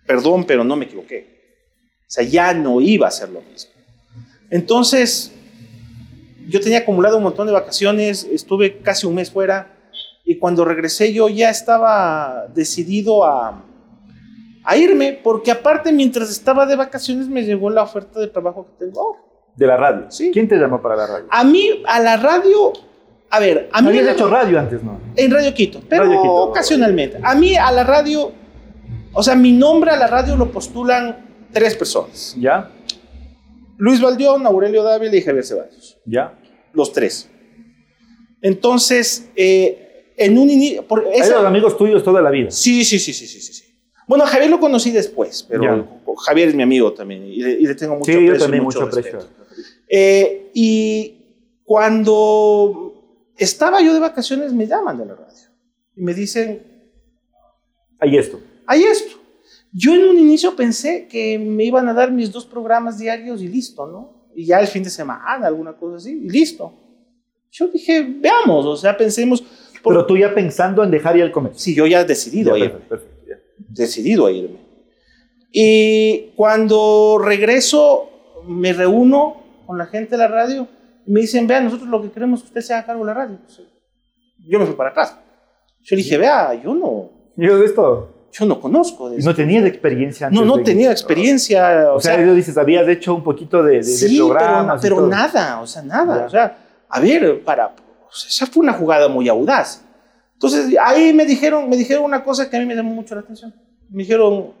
Speaker 4: perdón, pero no me equivoqué. O sea, ya no iba a ser lo mismo. Entonces, yo tenía acumulado un montón de vacaciones, estuve casi un mes fuera y cuando regresé yo ya estaba decidido a, a irme, porque aparte mientras estaba de vacaciones me llegó la oferta de trabajo que tengo ahora.
Speaker 1: De la radio.
Speaker 4: Sí.
Speaker 1: ¿Quién te llamó para la radio?
Speaker 4: A mí, a la radio, a ver, a mí...
Speaker 1: Habías
Speaker 4: la-
Speaker 1: hecho radio antes, ¿no?
Speaker 4: En Radio Quito, pero
Speaker 1: Radio Quito.
Speaker 4: ocasionalmente. A mí, a la radio, o sea, mi nombre a la radio lo postulan tres personas.
Speaker 1: ¿Ya?
Speaker 4: Luis Valdión, Aurelio Dávila y Javier Ceballos.
Speaker 1: ¿Ya?
Speaker 4: los tres. Entonces, eh, en un inicio... por-
Speaker 1: Esos
Speaker 4: esa-
Speaker 1: amigos tuyos toda la vida.
Speaker 4: sí, sí, sí, sí, sí, sí, sí. Bueno, a Javier lo conocí después, pero
Speaker 1: Ya.
Speaker 4: Javier es mi amigo también y le, y le tengo
Speaker 1: sí,
Speaker 4: mucho aprecio
Speaker 1: yo
Speaker 4: y
Speaker 1: también mucho
Speaker 4: respeto.
Speaker 1: aprecio.
Speaker 4: Eh, y cuando estaba yo de vacaciones, me llaman de la radio y me dicen,
Speaker 1: Ahí esto.
Speaker 4: hay esto. Yo en un inicio pensé que me iban a dar mis dos programas diarios y listo, ¿no? Y ya el fin de semana, alguna cosa así, y listo. Yo dije, veamos, o sea, pensemos... por-
Speaker 1: Pero tú ya pensando en dejar ya el comercio.
Speaker 4: Sí, yo ya he decidido a
Speaker 1: Ya,
Speaker 4: irme.
Speaker 1: perfecto, perfecto, ya.
Speaker 4: Decidido a irme. Y cuando regreso, me reúno con la gente de la radio y me dicen, vea, nosotros lo que queremos es que usted se haga cargo de la radio. Pues, Yo me fui para atrás. Yo le dije, vea, yo no,
Speaker 1: Yo de esto
Speaker 4: yo no conozco. de
Speaker 1: no tenía experiencia antes
Speaker 4: No, no
Speaker 1: de-
Speaker 4: tenía experiencia.
Speaker 1: O,
Speaker 4: O,
Speaker 1: sea,
Speaker 4: sea,
Speaker 1: ellos dices, habías hecho un poquito de, de, de
Speaker 4: sí, pero,
Speaker 1: programas. y
Speaker 4: pero
Speaker 1: todo.
Speaker 4: nada, o sea, nada.
Speaker 1: Ya.
Speaker 4: O sea, a ver, para, o sea, esa fue una jugada muy audaz. Entonces, ahí me dijeron, me dijeron una cosa que a mí me llamó mucho la atención. Me dijeron,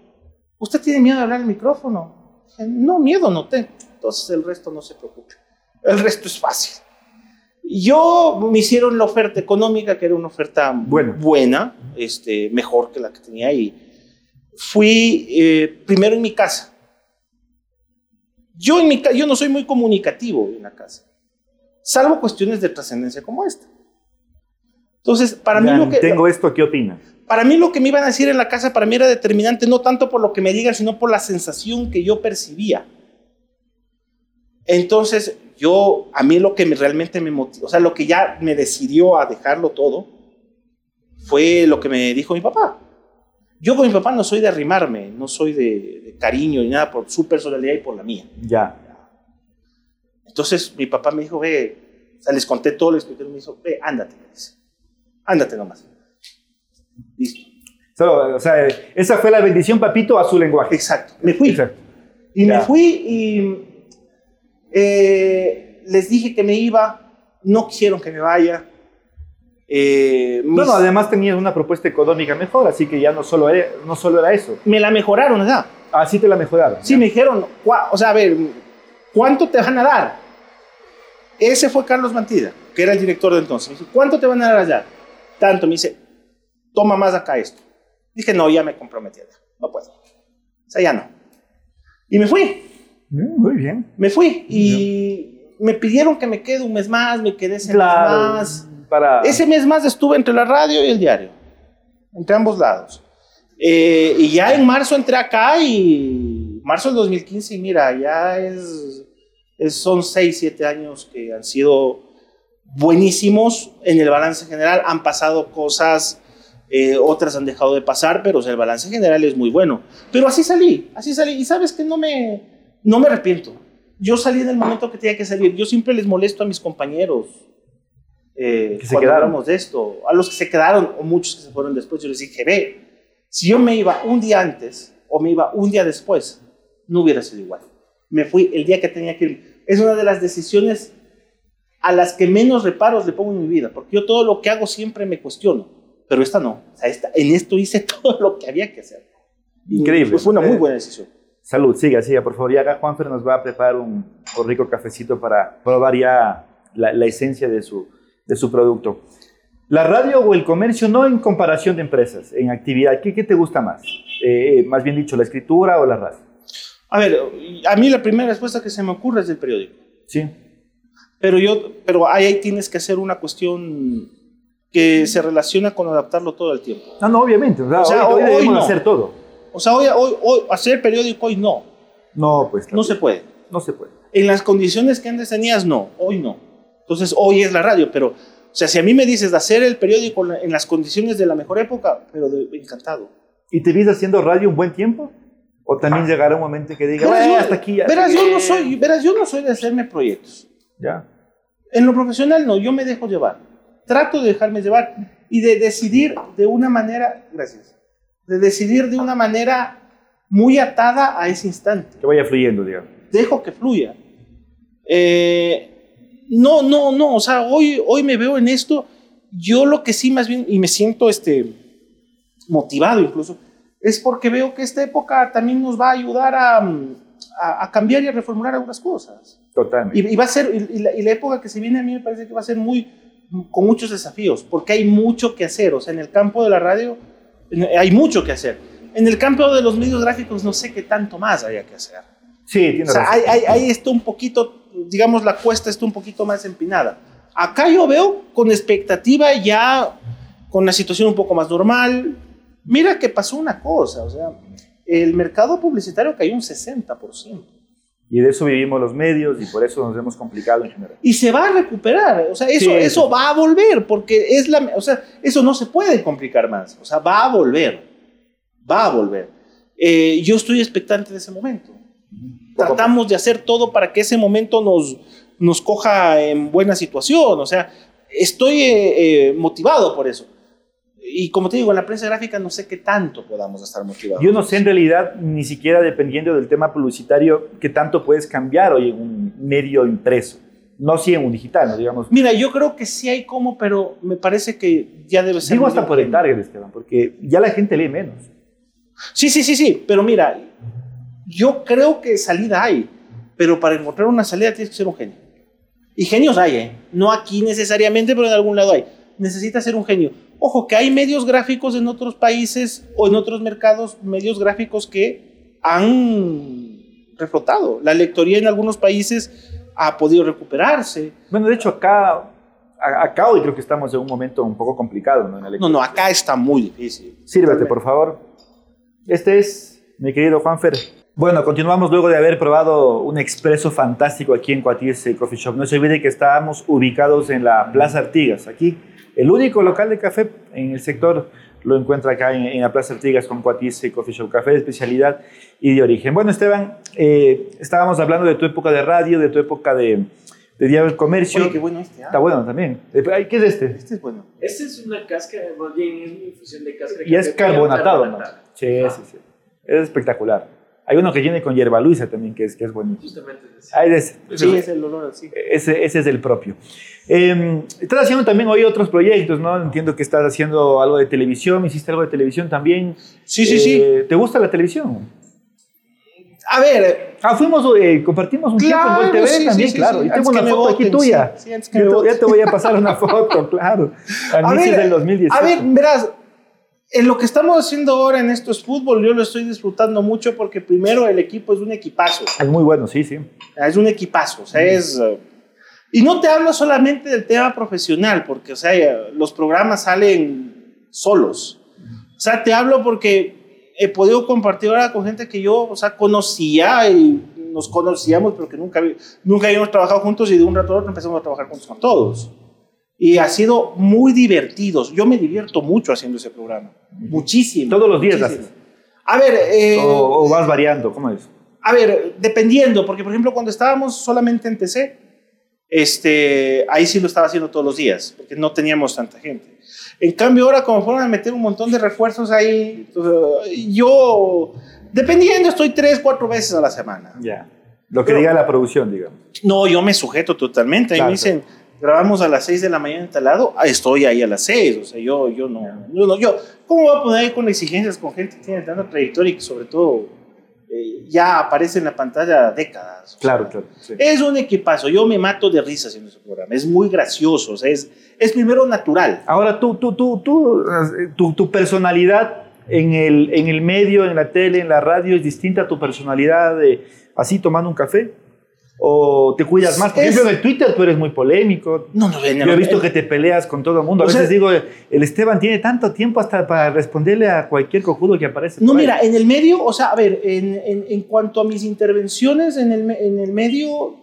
Speaker 4: ¿usted tiene miedo de hablar al micrófono? Dije, no, miedo no tengo. Entonces, el resto no se preocupe. El resto es fácil. Yo me hicieron la oferta económica, que era una oferta
Speaker 1: Buena.
Speaker 4: buena, este, mejor que la que tenía ahí. Fui eh, primero en mi casa. Yo, en mi, ca- yo no soy muy comunicativo en la casa, salvo cuestiones de trascendencia como esta. Entonces, para mí,
Speaker 1: Ya,
Speaker 4: lo que,
Speaker 1: Tengo esto, ¿qué opinas?
Speaker 4: para mí lo que me iban a decir en la casa para mí era determinante, no tanto por lo que me digan, sino por la sensación que yo percibía. Entonces, yo, a mí lo que me- realmente me motivó, o sea, lo que ya me decidió a dejarlo todo, fue lo que me dijo mi papá. Yo con mi papá no soy de arrimarme, no soy de, de cariño ni nada por su personalidad y por la mía.
Speaker 1: Ya.
Speaker 4: Entonces mi papá me dijo, ve, o sea, les conté todo, les expliqué, me dijo, ve, ándate, me dice, ándate nomás. Listo.
Speaker 1: Solo, o sea, esa fue la bendición, papito, a su lenguaje.
Speaker 4: Exacto, me fui.
Speaker 1: Exacto.
Speaker 4: Y
Speaker 1: Ya.
Speaker 4: me fui y eh, les dije que me iba, no quisieron que me vaya. Eh, mis-
Speaker 1: Bueno, además tenías una propuesta económica mejor, así que ya no solo era, no solo era eso.
Speaker 4: me la mejoraron, ¿verdad?
Speaker 1: Así te la mejoraron.
Speaker 4: Sí, me dijeron, "Gua- o sea, a ver, ¿cuánto te van a dar? Ese fue Carlos Mantida, que era el director de entonces. Me dijo, ¿cuánto te van a dar allá? Tanto. Me dice, toma más acá esto. Dije, no, ya me comprometí allá. No puedo. O sea, ya no. Y me fui,
Speaker 1: Mm, Muy bien.
Speaker 4: me fui. Y me pidieron que me quede un mes más, me quedé ese mes
Speaker 1: Claro.
Speaker 4: más.
Speaker 1: Para...
Speaker 4: Ese mes más estuve entre la radio y el diario, entre ambos lados. Eh, y ya en marzo entré acá y marzo del 2015 y mira, ya es, es- son 6, 7 años que han sido buenísimos en el balance general. Han pasado cosas, eh, otras han dejado de pasar, pero o sea, el balance general es muy bueno. Pero así salí, así salí. Y sabes que no me, no me arrepiento. Yo salí en el momento que tenía que salir. Yo siempre les molesto a mis compañeros. eh,
Speaker 1: Que se
Speaker 4: cuando
Speaker 1: quedaron.
Speaker 4: hablamos de esto, a los que se quedaron o muchos que se fueron después, yo les dije, ve, si yo me iba un día antes o me iba un día después, no hubiera sido igual. Me fui el día que tenía que ir. Es una de las decisiones a las que menos reparos le pongo en mi vida, porque yo todo lo que hago siempre me cuestiono, pero esta no. O sea, esta, en esto hice todo lo que había que hacer.
Speaker 1: Increíble.
Speaker 4: Fue una muy
Speaker 1: Eh,
Speaker 4: buena decisión.
Speaker 1: Salud, siga, siga, por favor. Y acá Juanfer nos va a preparar un, un rico cafecito para probar ya la, la esencia de su, de su producto. La radio o el comercio, no en comparación de empresas, en actividad, ¿qué, qué te gusta más? Eh, eh, más bien dicho, la escritura o la radio.
Speaker 4: A ver, a mí la primera respuesta que se me ocurre es del periódico.
Speaker 1: Sí.
Speaker 4: Pero yo, pero ahí, ahí tienes que hacer una cuestión que se relaciona con adaptarlo todo el tiempo.
Speaker 1: No, no, obviamente. O sea,
Speaker 4: O sea,
Speaker 1: hoy, hoy
Speaker 4: hoy
Speaker 1: debemos
Speaker 4: no.
Speaker 1: hacer todo.
Speaker 4: O sea, hoy, hoy, hoy hacer periódico hoy no,
Speaker 1: No, pues
Speaker 4: no se puede.
Speaker 1: no se puede.
Speaker 4: En las condiciones que antes tenías, no, hoy no. Entonces, hoy es la radio, pero, o sea, si a mí me dices de hacer el periódico en la- en las condiciones de la mejor época, pero de- encantado.
Speaker 1: ¿Y te viste haciendo radio un buen tiempo? ¿O también llegará un momento en que diga,
Speaker 4: Verás,
Speaker 1: "Bueno,
Speaker 4: yo-
Speaker 1: hasta aquí ya
Speaker 4: verás, yo
Speaker 1: llegué"?
Speaker 4: no soy, verás, yo no soy de hacerme proyectos.
Speaker 1: Ya.
Speaker 4: En lo profesional no, yo me dejo llevar. Trato de dejarme llevar y de decidir de una manera, gracias, de decidir de una manera muy atada a ese instante.
Speaker 1: Que vaya fluyendo, digamos.
Speaker 4: Dejo que fluya. Eh, no, no, no, o sea, hoy, hoy me veo en esto, yo lo que sí más bien, y me siento este, motivado incluso, es porque veo que esta época también nos va a ayudar a, mm, a- a cambiar y a reformular algunas cosas.
Speaker 1: Totalmente.
Speaker 4: Y, y va a ser, y, y la, y la época que se viene a mí me parece que va a ser muy, con muchos desafíos, porque hay mucho que hacer, o sea, en el campo de la radio en- hay mucho que hacer. En el campo de los medios gráficos no sé qué tanto más haya que hacer.
Speaker 1: Sí,
Speaker 4: O
Speaker 1: tienes
Speaker 4: sea,
Speaker 1: razón.
Speaker 4: ahí, ahí- ahí está un poquito, digamos, la cuesta está un poquito más empinada. Acá yo veo con expectativa ya, con la situación un poco más normal. Mira que pasó una cosa, o sea, el mercado publicitario cayó un 60%.
Speaker 1: Y de eso vivimos los medios y por eso nos hemos complicado en general.
Speaker 4: y se va a recuperar. O sea, eso,
Speaker 1: Sí, sí.
Speaker 4: eso va a volver, porque es la. O sea, eso no se puede complicar más. O sea, va a volver. Va a volver. Eh, yo estoy expectante de ese momento. Tratamos de hacer todo para que ese momento nos, nos coja en buena situación. O sea, estoy eh, eh, motivado por eso. Y como te digo, en la prensa gráfica no sé qué tanto podamos estar motivados.
Speaker 1: Yo no sé en realidad, ni siquiera dependiendo del tema publicitario, qué tanto puedes cambiar hoy en un medio impreso. No si en un digital, ¿no? digamos.
Speaker 4: Mira, yo creo que sí hay cómo, pero me parece que ya debe ser.
Speaker 1: Sigo
Speaker 4: muy
Speaker 1: hasta por el
Speaker 4: diferente.
Speaker 1: target, Esteban, porque ya la gente lee menos.
Speaker 4: Sí, sí, sí, sí, pero mira, yo creo que salida hay, pero para encontrar una salida tienes que ser un genio. Y genios hay, ¿eh? No aquí necesariamente, pero en algún lado hay. Necesitas ser un genio. Ojo, que hay medios gráficos en otros países o en otros mercados, medios gráficos que han reflotado. La lectoría en algunos países ha podido recuperarse.
Speaker 1: Bueno, de hecho, acá, a- acá hoy creo que estamos en un momento un poco complicado. ¿no? En la
Speaker 4: No, no, acá está muy difícil.
Speaker 1: Sírvete, por favor. Este es mi querido Juanfer. Bueno, continuamos luego de haber probado un expreso fantástico aquí en Cuatis eh, Coffee Shop. No se olvide que estábamos ubicados en la Plaza Artigas, aquí. El único local de café en el sector lo encuentra acá en, en la Plaza Artigas con Cuatis eh, Coffee Shop, café de especialidad y de origen. Bueno, Esteban, eh, estábamos hablando de tu época de radio, de tu época de, de Diario del Comercio.
Speaker 4: Oye, qué bueno este, ¿ah?
Speaker 1: Está bueno también. Eh, ay, ¿Qué es este?
Speaker 4: Este es bueno.
Speaker 5: Esta es una cáscara, más bien es una infusión de cáscara.
Speaker 1: Y es carbonatado, ¿no?
Speaker 5: Carbonatada.
Speaker 1: Sí, sí, sí. Es espectacular. Hay uno que viene con hierba luisa también, que es, que es buenísimo.
Speaker 5: Justamente es
Speaker 1: Ah, es ese.
Speaker 4: Sí, es el olor así.
Speaker 1: Ese, ese es el propio. Eh, estás haciendo también hoy otros proyectos, ¿no? Entiendo que estás haciendo algo de televisión, hiciste algo de televisión también.
Speaker 4: Sí, sí, sí.
Speaker 1: Eh, ¿Te gusta la televisión?
Speaker 4: A ver,
Speaker 1: Ah, fuimos, eh, compartimos un tiempo en Gol TV
Speaker 4: sí,
Speaker 1: también,
Speaker 4: sí, sí,
Speaker 1: claro.
Speaker 4: sí.
Speaker 1: Y
Speaker 4: Antes
Speaker 1: tengo una
Speaker 4: que me
Speaker 1: foto aquí
Speaker 4: voten,
Speaker 1: tuya.
Speaker 4: sí, sí, antes que me
Speaker 1: Yo te, ya
Speaker 4: voten.
Speaker 1: te voy a pasar una foto, claro. A inicios del 2018.
Speaker 4: a ver, verás, en lo que estamos haciendo ahora en esto es fútbol, yo lo estoy disfrutando mucho porque primero el equipo es un equipazo,
Speaker 1: Es muy bueno, sí, sí.
Speaker 4: Ah, es un equipazo, o sea, es... eh, Y no te hablo solamente del tema profesional, porque, o sea, eh, los programas salen solos. O sea, te hablo porque he podido compartir ahora con gente que yo, o sea, conocía y nos conocíamos, pero que nunca, habí- nunca habíamos trabajado juntos y de un rato a otro empezamos a trabajar juntos con todos. Y ha sido muy divertidos. Yo me divierto mucho haciendo ese programa. Muchísimo.
Speaker 1: Todos los días
Speaker 4: muchísimo.
Speaker 1: haces.
Speaker 4: A ver, eh,
Speaker 1: O, o vas variando, ¿cómo es?
Speaker 4: a ver, dependiendo, porque por ejemplo cuando estábamos solamente en TC, este, ahí sí lo estaba haciendo todos los días, porque no teníamos tanta gente. En cambio ahora como fueron a meter un montón de refuerzos ahí, eh, yo, dependiendo, estoy tres, cuatro veces a la semana.
Speaker 1: Ya. Lo que
Speaker 4: Pero-
Speaker 1: diga la producción, digamos.
Speaker 4: No, yo me sujeto totalmente. Ahí
Speaker 1: Claro,
Speaker 4: me dicen, grabamos a las 6 de la mañana en Talado, ah, estoy ahí a las 6, o sea, yo, yo no, yo no, yo, ¿cómo voy a poner ahí con exigencias con gente que tiene tanta trayectoria y que sobre todo eh, ya aparece en la pantalla décadas? O
Speaker 1: Claro,
Speaker 4: sea,
Speaker 1: claro. sí.
Speaker 4: Es un equipazo, yo me mato de risas en ese programa, es muy gracioso, o sea, es, es primero natural.
Speaker 1: Ahora, tú, tú, tú, tú, eh, tu, tu personalidad en el, en el medio, en la tele, en la radio, es distinta a tu personalidad de así tomando un café. ¿O te cuidas más? Por
Speaker 4: Es-
Speaker 1: ejemplo, en el Twitter tú eres muy polémico.
Speaker 4: No, no,
Speaker 1: Yo he visto que te peleas con todo el mundo. A
Speaker 4: O sea-
Speaker 1: veces digo, el Esteban tiene tanto tiempo hasta para responderle a cualquier cojudo que aparece. Pues,
Speaker 4: No,
Speaker 1: por ahí.
Speaker 4: mira, en el medio, o sea, a ver, en, en- en cuanto a mis intervenciones en el, me- en el medio,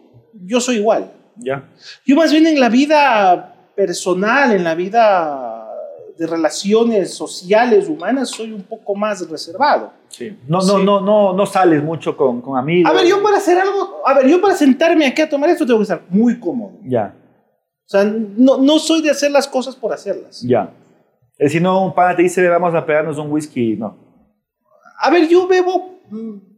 Speaker 4: yo soy igual.
Speaker 1: Ya.
Speaker 4: Yo más bien en la vida personal, en la vida de relaciones sociales, humanas, soy un poco más reservado.
Speaker 1: No, no,
Speaker 4: Sí.
Speaker 1: no, no, no sales mucho con, con amigos.
Speaker 4: A ver, yo para hacer algo, a ver, yo para sentarme aquí a tomar esto tengo que estar muy cómodo.
Speaker 1: Ya,
Speaker 4: O sea, no, no soy de hacer las cosas por hacerlas.
Speaker 1: ya. Eh, Si no, un pana te dice, vamos a pegarnos un whisky. No.
Speaker 4: A ver, yo bebo mm,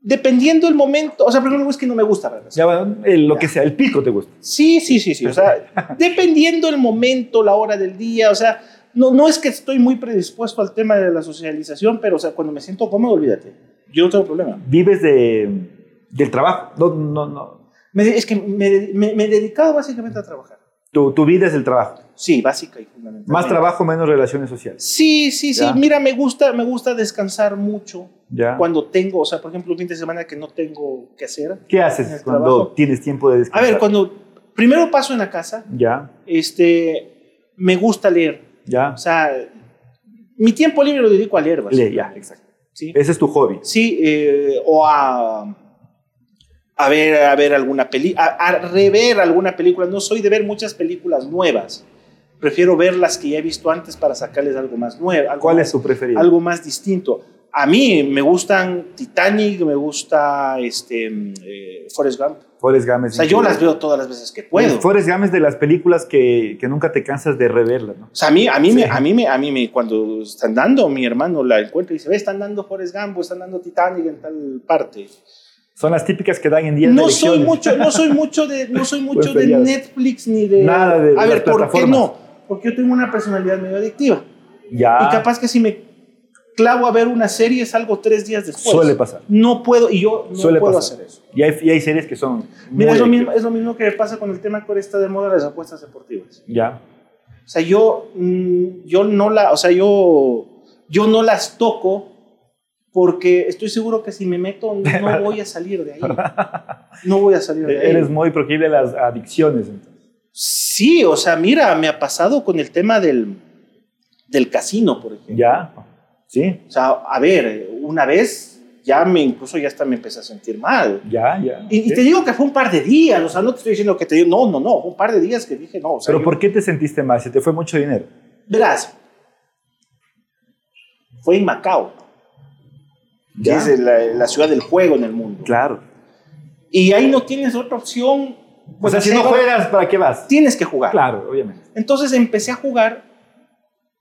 Speaker 4: dependiendo el momento, o sea, por ejemplo, es que no me gusta beber.
Speaker 1: Ya, bueno, el- lo
Speaker 4: Ya.
Speaker 1: que sea, el pico te gusta.
Speaker 4: Sí, sí, sí, sí. O sea, dependiendo el momento, la hora del día, o sea, no, no es que estoy muy predispuesto al tema de la socialización, pero o sea, cuando me siento cómodo, olvídate. Yo no tengo problema.
Speaker 1: Vives de, del trabajo. No, no, no.
Speaker 4: Me de- es que me, me- me he dedicado básicamente a trabajar.
Speaker 1: Tu, tu vida es el trabajo.
Speaker 4: Sí, básica y fundamental.
Speaker 1: Más trabajo, menos relaciones sociales.
Speaker 4: Sí, sí, sí.
Speaker 1: Ya.
Speaker 4: Mira, me gusta, me gusta descansar mucho
Speaker 1: Ya.
Speaker 4: cuando tengo, o sea, por ejemplo, un fin de semana que no tengo que hacer.
Speaker 1: ¿Qué
Speaker 4: en el
Speaker 1: haces cuando
Speaker 4: trabajo.
Speaker 1: tienes tiempo de
Speaker 4: A
Speaker 1: descansar?
Speaker 4: ver, cuando primero paso en la casa,
Speaker 1: Ya,
Speaker 4: este, me gusta leer.
Speaker 1: ya.
Speaker 4: O sea, mi tiempo libre lo dedico a leer.
Speaker 1: Le-
Speaker 4: básicamente.
Speaker 1: ya, exacto.
Speaker 4: Sí,
Speaker 1: Ese es tu hobby.
Speaker 4: sí eh, o a, a ver, a ver alguna película, a rever alguna película. No soy de ver muchas películas nuevas. Prefiero ver las que ya he visto antes para sacarles algo más nuevo. Algo
Speaker 1: ¿Cuál
Speaker 4: más,
Speaker 1: es tu preferido?
Speaker 4: Algo más distinto. A mí me gustan Titanic, me gusta este, mm, eh, Forrest Gump.
Speaker 1: Forrest Gump
Speaker 4: O
Speaker 1: es
Speaker 4: sea, yo
Speaker 1: increíble.
Speaker 4: las veo todas las veces que puedo.
Speaker 1: Forrest Gump es de las películas que, que nunca te cansas de reverlas, ¿no?
Speaker 4: O sea, a mí, a mí, me,
Speaker 1: Sí.
Speaker 4: a mí, me, a mí me, cuando están dando, mi hermano la encuentra y dice, ve, están dando Forrest Gump, o están dando Titanic en tal parte.
Speaker 1: Son las típicas que dan en días de
Speaker 4: No soy
Speaker 1: elecciones.
Speaker 4: mucho, no soy mucho de, no soy mucho de
Speaker 1: feriado.
Speaker 4: Netflix ni de
Speaker 1: Pues Nada de
Speaker 4: A
Speaker 1: las
Speaker 4: ver, ¿por qué
Speaker 1: plataformas.
Speaker 4: no? Porque yo tengo una personalidad medio adictiva
Speaker 1: Ya.
Speaker 4: y capaz que si me clavo a ver una serie salgo tres días después.
Speaker 1: Suele pasar.
Speaker 4: No puedo y yo no
Speaker 1: Suele
Speaker 4: puedo
Speaker 1: pasar.
Speaker 4: hacer eso.
Speaker 1: Y hay, y hay series que son.
Speaker 4: Mira,
Speaker 1: muy
Speaker 4: es lo, mismo,
Speaker 1: adictivas.
Speaker 4: es lo mismo que me pasa con el tema que ahora está de moda de las apuestas deportivas.
Speaker 1: Ya.
Speaker 4: O sea, yo, mm, yo no la, o sea, yo, yo no las toco porque estoy seguro que si me meto no voy a salir de ahí. No voy a salir de ahí.
Speaker 1: Eres muy proclive a las adicciones. entonces.
Speaker 4: Sí, o sea, mira, me ha pasado con el tema del, del casino, por ejemplo.
Speaker 1: Ya. Sí.
Speaker 4: O sea, a ver, una vez ya me, incluso ya hasta me empecé a sentir mal.
Speaker 1: Ya, ya.
Speaker 4: Y, y
Speaker 1: Sí.
Speaker 4: te digo que fue un par de días, o sea, no te estoy diciendo que te digo, no, no, no, fue un par de días que dije, no, o sea,
Speaker 1: Pero
Speaker 4: yo-
Speaker 1: ¿por qué te sentiste mal? Se te fue mucho dinero.
Speaker 4: verás, fue en Macao, que
Speaker 1: Ya.
Speaker 4: es la, la ciudad del juego en el mundo.
Speaker 1: Claro.
Speaker 4: Y ahí no tienes otra opción. pues,
Speaker 1: O sea, si no
Speaker 4: cero,
Speaker 1: juegas, ¿para qué vas?
Speaker 4: Tienes que jugar.
Speaker 1: Claro, obviamente.
Speaker 4: Entonces empecé a jugar.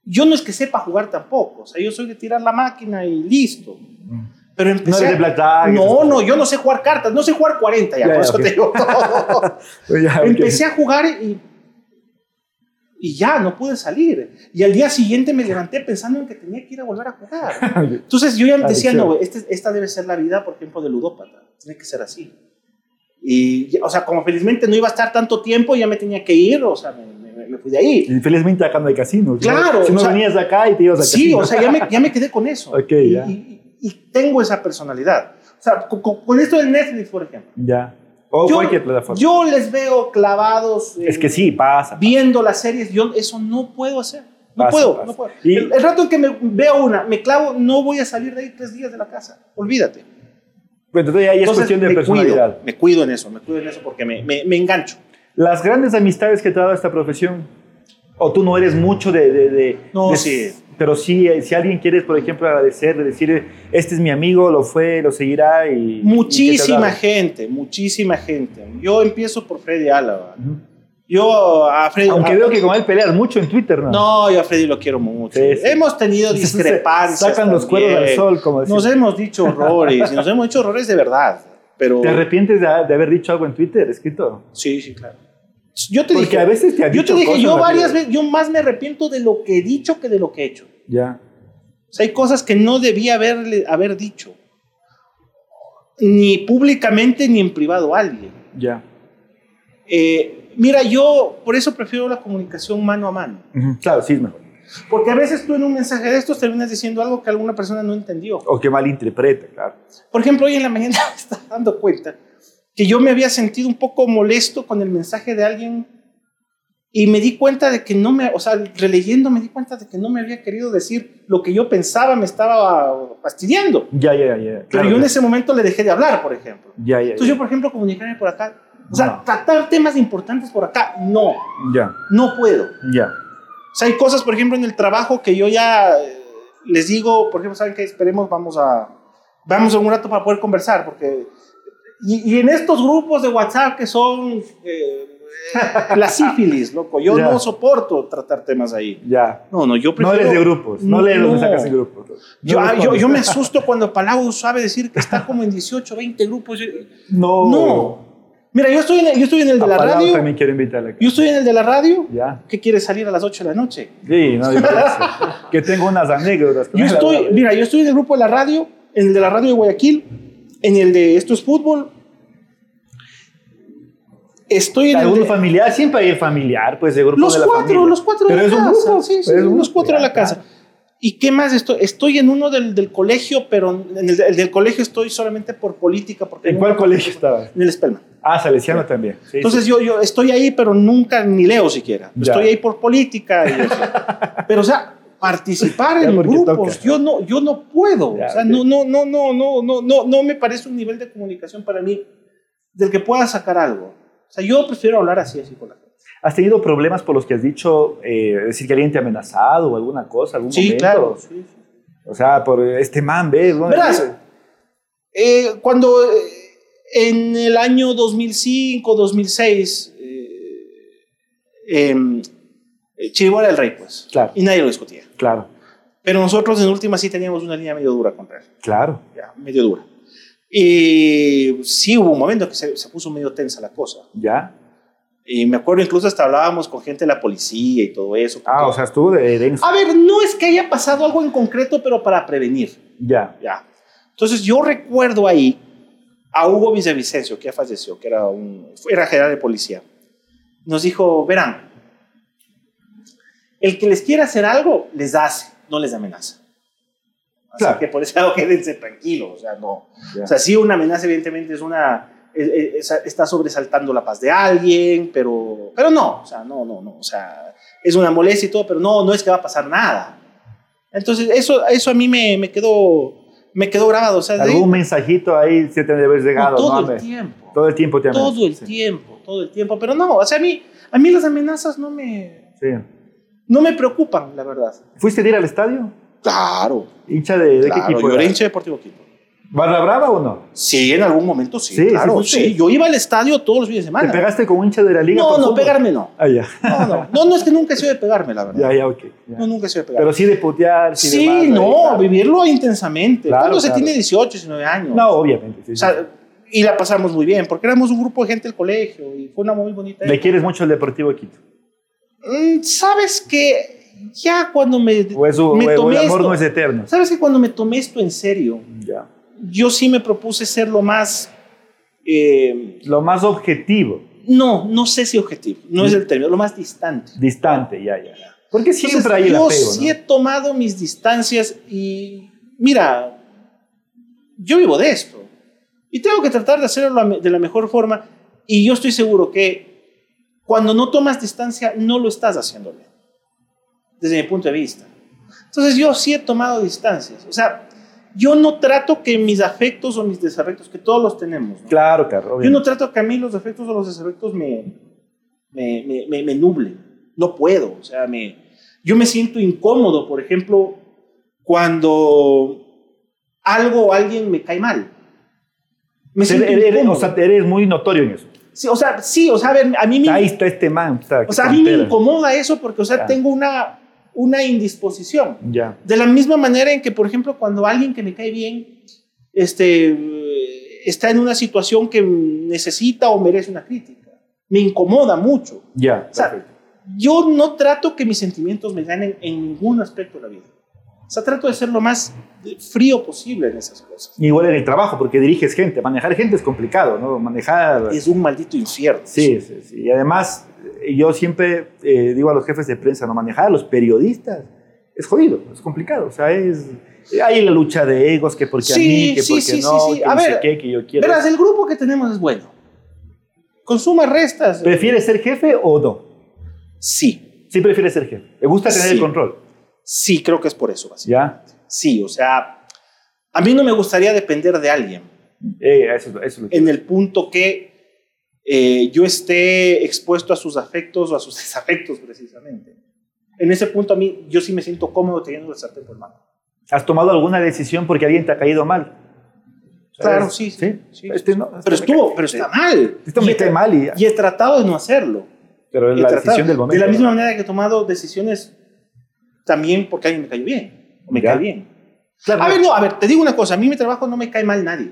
Speaker 4: Yo no es que sepa jugar tampoco. O sea, yo soy de tirar la máquina y listo. Pero
Speaker 1: Mm. No
Speaker 4: empecé.
Speaker 1: eres
Speaker 4: a-
Speaker 1: de blackjack. esas
Speaker 4: no,
Speaker 1: cosas.
Speaker 4: no, yo no sé jugar cartas. No sé jugar 40 ya,
Speaker 1: Ya, ya,
Speaker 4: por eso
Speaker 1: ok.
Speaker 4: te digo todo.
Speaker 1: Ya, Ah, ok.
Speaker 4: Empecé a jugar y. Y ya, no pude salir. Y al día siguiente me levanté pensando en que tenía que ir a volver a jugar. Entonces yo ya me decía,
Speaker 1: Adicción.
Speaker 4: no, güey, este- esta debe ser la vida, por ejemplo, de ludópata. Tiene que ser así. Y, ya- o sea, como felizmente no iba a estar tanto tiempo, ya me tenía que ir, o sea, me, me- me fui de ahí.
Speaker 1: Y felizmente acá no hay casinos. Si no-
Speaker 4: Claro,
Speaker 1: Si no
Speaker 4: o sea-
Speaker 1: venías de acá y te ibas a
Speaker 4: Sí, o sea, ya me, ya me quedé con eso.
Speaker 1: Ok,
Speaker 4: y,
Speaker 1: ya.
Speaker 4: y- y tengo esa personalidad. O sea, co- co- con, esto del Netflix, por ejemplo.
Speaker 1: Ya. O cualquier plataforma.
Speaker 4: yo les veo clavados.
Speaker 1: es
Speaker 4: en-
Speaker 1: que sí, pasa.
Speaker 4: Viendo las series, yo eso no puedo hacer. No
Speaker 1: Pasa,
Speaker 4: puedo,
Speaker 1: pasa.
Speaker 4: no puedo.
Speaker 1: Y-
Speaker 4: el, el rato en que me veo una, me clavo, no voy a salir de ahí tres días de la casa. Olvídate.
Speaker 1: Bueno, entonces ahí es
Speaker 4: Entonces,
Speaker 1: cuestión de
Speaker 4: me cuido,
Speaker 1: personalidad.
Speaker 4: me cuido en eso, me cuido en eso porque me, me- me engancho.
Speaker 1: Las grandes amistades que te ha dado esta profesión. O tú no eres mucho de. de- de-
Speaker 4: No,
Speaker 1: de-
Speaker 4: sí.
Speaker 1: Pero sí, eh, si alguien quieres, por ejemplo, agradecerle, decir, este es mi amigo, lo fue, lo seguirá y.
Speaker 4: Muchísima
Speaker 1: y que
Speaker 4: gente, muchísima gente. Yo empiezo por Freddy Álava.
Speaker 1: te hablaba.
Speaker 4: Yo a Freddy.
Speaker 1: Ujú. Aunque
Speaker 4: a-
Speaker 1: veo que con él peleas mucho en Twitter, ¿no?
Speaker 4: No, yo a Freddy lo quiero mucho.
Speaker 1: Sí, sí.
Speaker 4: Hemos tenido
Speaker 1: Entonces, se-
Speaker 4: discrepancias.
Speaker 1: Sacan los
Speaker 4: también.
Speaker 1: cueros al sol, como
Speaker 4: Nos
Speaker 1: decimos.
Speaker 4: hemos dicho horrores y nos hemos hecho horrores de verdad. Pero.
Speaker 1: ¿Te arrepientes de, de haber dicho algo en Twitter, escrito?
Speaker 4: Sí, sí, claro. Yo te
Speaker 1: Porque
Speaker 4: dije,
Speaker 1: a veces te ha
Speaker 4: yo
Speaker 1: dicho
Speaker 4: te dije,
Speaker 1: cosas,
Speaker 4: yo
Speaker 1: Gabriel.
Speaker 4: varias veces, yo más me arrepiento de lo que he dicho que de lo que he hecho.
Speaker 1: Ya.
Speaker 4: O sea, hay cosas que no debía haberle, haber dicho, ni públicamente ni en privado a alguien.
Speaker 1: Ya.
Speaker 4: Eh, mira, yo por eso prefiero la comunicación mano a mano.
Speaker 1: Ujú, Claro, sí es mejor.
Speaker 4: Porque a veces tú en un mensaje de estos terminas diciendo algo que alguna persona no entendió.
Speaker 1: O que malinterpreta, claro.
Speaker 4: Por ejemplo, hoy en la mañana me estaba dando cuenta que yo me había sentido un poco molesto con el mensaje de alguien y me di cuenta de que no me, o sea, releyendo me di cuenta de que no me había querido decir lo que yo pensaba, me estaba fastidiando.
Speaker 1: Ya, ya, ya. ya.
Speaker 4: Pero
Speaker 1: Claro
Speaker 4: yo en
Speaker 1: que-
Speaker 4: ese momento le dejé de hablar, por ejemplo.
Speaker 1: Ya, ya.
Speaker 4: Entonces
Speaker 1: Ya.
Speaker 4: yo, por ejemplo, comunicarme por acá, o sea,
Speaker 1: No.
Speaker 4: tratar temas importantes por acá, no,
Speaker 1: ya,
Speaker 4: no puedo.
Speaker 1: ya.
Speaker 4: O sea, hay cosas, por ejemplo, en el trabajo que yo ya eh, les digo, por ejemplo, ¿saben qué? Esperemos, vamos a, vamos a un rato para poder conversar, porque... Y, y en estos grupos de WhatsApp que son eh, la sífilis, loco, yo
Speaker 1: Ya.
Speaker 4: no soporto tratar temas ahí.
Speaker 1: ya.
Speaker 4: No, no, yo
Speaker 1: No
Speaker 4: prefiero...
Speaker 1: eres de grupos. No,
Speaker 4: No.
Speaker 1: lees los mensajes en grupos. No
Speaker 4: Yo,
Speaker 1: los
Speaker 4: ah, yo,
Speaker 1: pones.
Speaker 4: yo me asusto cuando Palau sabe decir que está como en 18, 20 grupos. Yo-
Speaker 1: No.
Speaker 4: No. Mira, yo estoy en el, yo estoy en el de
Speaker 1: A
Speaker 4: la
Speaker 1: Palau
Speaker 4: radio.
Speaker 1: también quiero invitarle. acá.
Speaker 4: Yo estoy en el de la radio
Speaker 1: Ya.
Speaker 4: que quiere salir a las 8 de la noche.
Speaker 1: Sí, no digas. que tengo unas anécdotas. con
Speaker 4: Yo
Speaker 1: él,
Speaker 4: estoy,
Speaker 1: ¿verdad?
Speaker 4: mira, yo estoy en el grupo de la radio, en el de la radio de Guayaquil, en el de Esto es Fútbol. Estoy en el
Speaker 1: ¿Algún
Speaker 4: de,
Speaker 1: familiar? Siempre hay el familiar, pues, de grupo
Speaker 4: los
Speaker 1: de la
Speaker 4: cuatro,
Speaker 1: familia.
Speaker 4: los cuatro de
Speaker 1: Pero
Speaker 4: la
Speaker 1: es un
Speaker 4: casa.
Speaker 1: grupo,
Speaker 4: sí, sí,
Speaker 1: pero es un
Speaker 4: los
Speaker 1: grupo,
Speaker 4: cuatro de
Speaker 1: ya,
Speaker 4: la casa. ¿Y qué más estoy? Estoy en uno del, del colegio, pero en el, el del colegio estoy solamente por política. Porque
Speaker 1: ¿En
Speaker 4: nunca-
Speaker 1: cuál colegio estabas?
Speaker 4: En el Spelman.
Speaker 1: Ah, Salesiano también. Sí,
Speaker 4: Entonces
Speaker 1: sí.
Speaker 4: yo, yo estoy ahí, pero nunca ni leo siquiera.
Speaker 1: Ya.
Speaker 4: Estoy ahí por política. y eso. pero, o sea, participar
Speaker 1: Ya
Speaker 4: en
Speaker 1: porque
Speaker 4: grupos,
Speaker 1: toca.
Speaker 4: yo no, yo no puedo.
Speaker 1: Ya,
Speaker 4: o sea,
Speaker 1: ok.
Speaker 4: no, no, no, no, no, no, no, no me parece un nivel de comunicación para mí del que pueda sacar algo. O sea, yo prefiero hablar así, así con la gente.
Speaker 1: ¿Has tenido problemas por los que has dicho, eh, decir que alguien te ha amenazado o alguna cosa, algún
Speaker 4: Sí,
Speaker 1: momento?
Speaker 4: claro. sí, sí.
Speaker 1: O sea, por eh, este man, ¿ves? ¿no?
Speaker 4: Verás, eh, cuando eh, en el año 2005, 2006, eh, em, eh, Chiribó era el rey, pues.
Speaker 1: Claro.
Speaker 4: Y nadie lo discutía.
Speaker 1: Claro,
Speaker 4: Pero nosotros en última sí teníamos una línea medio dura contra él,
Speaker 1: claro.
Speaker 4: ya, medio dura. Y sí hubo un momento que se, se puso medio tensa la cosa.
Speaker 1: ¿Ya?
Speaker 4: Y me acuerdo incluso hasta hablábamos con gente de la policía y todo eso.
Speaker 1: Ah, o sea, estuvo de denso.
Speaker 4: A ver, no es que haya pasado algo en concreto, pero para prevenir,
Speaker 1: Ya,
Speaker 4: ya. Entonces yo recuerdo ahí a Hugo Villavicencio, que ya falleció, que era, un, era general de policía. Nos dijo, verán, el que les quiera hacer algo, les hace, no les amenaza. Así
Speaker 1: Claro.
Speaker 4: que por ese lado quédense tranquilos, o sea, no.
Speaker 1: ya.
Speaker 4: O sea, sí, una amenaza evidentemente es una... es- es- es- está sobresaltando la paz de alguien, pero, pero no, o sea, no, no, no, o sea, es una molestia y todo, pero no, no es que va a pasar nada. Entonces, eso, eso a mí me, me quedó, me quedó grabado, o sea, de ahí-
Speaker 1: algún mensajito ahí se te debe haber llegado,
Speaker 4: todo
Speaker 1: ¿no?
Speaker 4: el tiempo,
Speaker 1: Todo el tiempo te amenazan.
Speaker 4: todo el
Speaker 1: Sí,
Speaker 4: tiempo, todo el tiempo, pero no, o sea, a mí, a mí las amenazas no me,
Speaker 1: Sí.
Speaker 4: no me preocupan, la verdad.
Speaker 1: ¿Fuiste a ir al estadio?
Speaker 4: Claro,
Speaker 1: ¿Hincha de, de
Speaker 4: claro,
Speaker 1: qué equipo?
Speaker 4: yo
Speaker 1: era?
Speaker 4: era hincha de Deportivo Quito.
Speaker 1: ¿Barra Brava o no?
Speaker 4: Sí, en algún momento sí,
Speaker 1: Sí, sí,
Speaker 4: claro,
Speaker 1: fuiste.
Speaker 4: sí. Yo iba al estadio todos los fines de
Speaker 1: ¿Te
Speaker 4: semana.
Speaker 1: pegaste con un hincha de la liga?
Speaker 4: no,
Speaker 1: por
Speaker 4: no,
Speaker 1: fútbol?
Speaker 4: pegarme no.
Speaker 1: Ah, ya.
Speaker 4: No, no, no, no, es que nunca he sido de pegarme, la verdad.
Speaker 1: Ya, ya, ok. ya.
Speaker 4: No, nunca he sido de pegarme.
Speaker 1: Pero sí de putear, sí,
Speaker 4: sí,
Speaker 1: de
Speaker 4: no,
Speaker 1: no,
Speaker 4: vivirlo intensamente.
Speaker 1: Claro,
Speaker 4: Cuando se
Speaker 1: claro.
Speaker 4: tiene 18, 19 años.
Speaker 1: No, obviamente. sí,
Speaker 4: O
Speaker 1: sí.
Speaker 4: sea, y la pasamos muy bien, porque éramos un grupo de gente del colegio y fue una muy bonita.
Speaker 1: Le quieres mucho al Deportivo Quito.
Speaker 4: Mm, Sabes que ya cuando me,
Speaker 1: O, es, o-
Speaker 4: me
Speaker 1: o
Speaker 4: tomé
Speaker 1: el amor
Speaker 4: esto,
Speaker 1: no es eterno.
Speaker 4: sabes que cuando me tomé esto en serio,
Speaker 1: Ya.
Speaker 4: yo sí me propuse ser lo más eh,
Speaker 1: Lo más objetivo,
Speaker 4: no, no sé si objetivo, no
Speaker 1: Mm.
Speaker 4: es el término, lo más distante.
Speaker 1: distante, ya, ya. Porque siempre
Speaker 4: Entonces,
Speaker 1: hay el
Speaker 4: yo
Speaker 1: apego,
Speaker 4: sí he tomado mis distancias y mira, yo vivo de esto y tengo que tratar de hacerlo la me- de la mejor forma y yo estoy seguro que cuando no tomas distancia no lo estás haciendo bien, desde mi punto de vista. Entonces yo sí he tomado distancias, o sea, yo no trato que mis afectos o mis desafectos, que todos los tenemos,
Speaker 1: ¿no?
Speaker 4: ¿no?
Speaker 1: Claro, claro.
Speaker 4: yo
Speaker 1: obviamente.
Speaker 4: no trato que a mí los afectos o los desafectos me, me, me, me- me nublen. No puedo. O sea, me, yo me siento incómodo, por ejemplo, cuando algo o alguien me cae mal. Me
Speaker 1: Eres-
Speaker 4: siento
Speaker 1: eres- o
Speaker 4: incómodo.
Speaker 1: sea, eres muy notorio en eso.
Speaker 4: sí, o sea, sí, o sea, a ver, a mí me,
Speaker 1: Ahí está este man. está,
Speaker 4: o sea, a mí me
Speaker 1: tontera.
Speaker 4: incomoda eso porque, o sea,
Speaker 1: Ya.
Speaker 4: tengo una, una indisposición.
Speaker 1: Ya,
Speaker 4: De la misma manera en que, por ejemplo, cuando alguien que me cae bien este, eh, está en una situación que necesita o merece una crítica. me incomoda mucho.
Speaker 1: Ya,
Speaker 4: O sea,
Speaker 1: perfecto.
Speaker 4: yo no trato que mis sentimientos me ganen en ningún aspecto de la vida. O sea, trato de ser lo más frío posible en esas cosas.
Speaker 1: Igual en el trabajo, porque diriges gente. Manejar gente es complicado, ¿no? Manejar...
Speaker 4: Es un maldito infierno.
Speaker 1: Sí, sí, sí. Y además, eh, yo siempre eh, digo a los jefes de prensa, no manejar a los periodistas es jodido, es complicado. O sea, es. Hay la lucha de egos, que porque
Speaker 4: Sí,
Speaker 1: a mí, que
Speaker 4: sí,
Speaker 1: porque
Speaker 4: sí,
Speaker 1: no,
Speaker 4: sí, sí.
Speaker 1: que
Speaker 4: A
Speaker 1: no sé
Speaker 4: ver,
Speaker 1: qué, que yo quiero.
Speaker 4: Verás, el grupo que tenemos es bueno. Con sumas, restas,
Speaker 1: ¿Prefieres ser jefe o no?
Speaker 4: sí.
Speaker 1: Sí, prefieres ser jefe. Me gusta tener
Speaker 4: Sí.
Speaker 1: el control.
Speaker 4: Sí, creo que es por eso. básicamente.
Speaker 1: ¿Ya?
Speaker 4: Sí, o sea, a mí no me gustaría depender de alguien.
Speaker 1: Eh, eso, eso es lo que.
Speaker 4: en el punto que eh, yo esté expuesto a sus afectos o a sus desafectos, precisamente. En ese punto, a mí, yo sí me siento cómodo teniendo el sartén por mano.
Speaker 1: ¿Has tomado alguna decisión porque alguien te ha caído mal? ¿Sabes?
Speaker 4: Claro, sí, sí, sí.
Speaker 1: Este no, este
Speaker 4: Pero
Speaker 1: me
Speaker 4: estuvo,
Speaker 1: cae-
Speaker 4: pero está mal.
Speaker 1: Esto me
Speaker 4: Y he-
Speaker 1: cae mal y-
Speaker 4: Y he tratado de no hacerlo.
Speaker 1: Pero es
Speaker 4: He
Speaker 1: la
Speaker 4: tratado.
Speaker 1: decisión del momento.
Speaker 4: De la
Speaker 1: ¿no?
Speaker 4: misma manera que he tomado decisiones también porque alguien me cayó bien. O me
Speaker 1: Ya.
Speaker 4: cae bien.
Speaker 1: Claro,
Speaker 4: A ver, no, a ver, te digo una cosa. A mí mi trabajo no me cae mal nadie.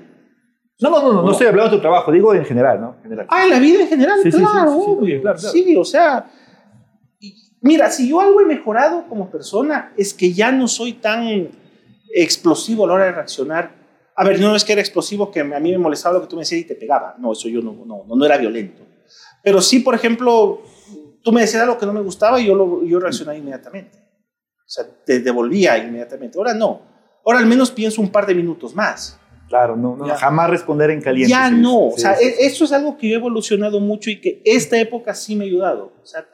Speaker 1: no, no, no, no, no estoy hablando de tu trabajo, digo en general, ¿no? En general.
Speaker 4: Ah, en la vida en general,
Speaker 1: Sí, sí, sí,
Speaker 4: claro,
Speaker 1: sí, sí,
Speaker 4: obvio.
Speaker 1: sí, claro, claro.
Speaker 4: Sí, o sea, y- mira, si yo algo he mejorado como persona es que ya no soy tan explosivo a la hora de reaccionar. A ver, no es que era explosivo que a mí me molestaba lo que tú me decías y te pegaba. No, eso yo no, no, no, no era violento. Pero sí, por ejemplo, tú me decías algo que no me gustaba y yo, lo, yo reaccionaba inmediatamente. O sea, te devolvía inmediatamente. Ahora no. Ahora al menos pienso un par de minutos más.
Speaker 1: Claro, no, no,
Speaker 4: Ya.
Speaker 1: jamás responder en caliente.
Speaker 4: Ya
Speaker 1: sí,
Speaker 4: no,
Speaker 1: sí,
Speaker 4: o sea,
Speaker 1: sí,
Speaker 4: e- eso es algo que yo he evolucionado mucho y que esta época sí me ha ayudado, o sea,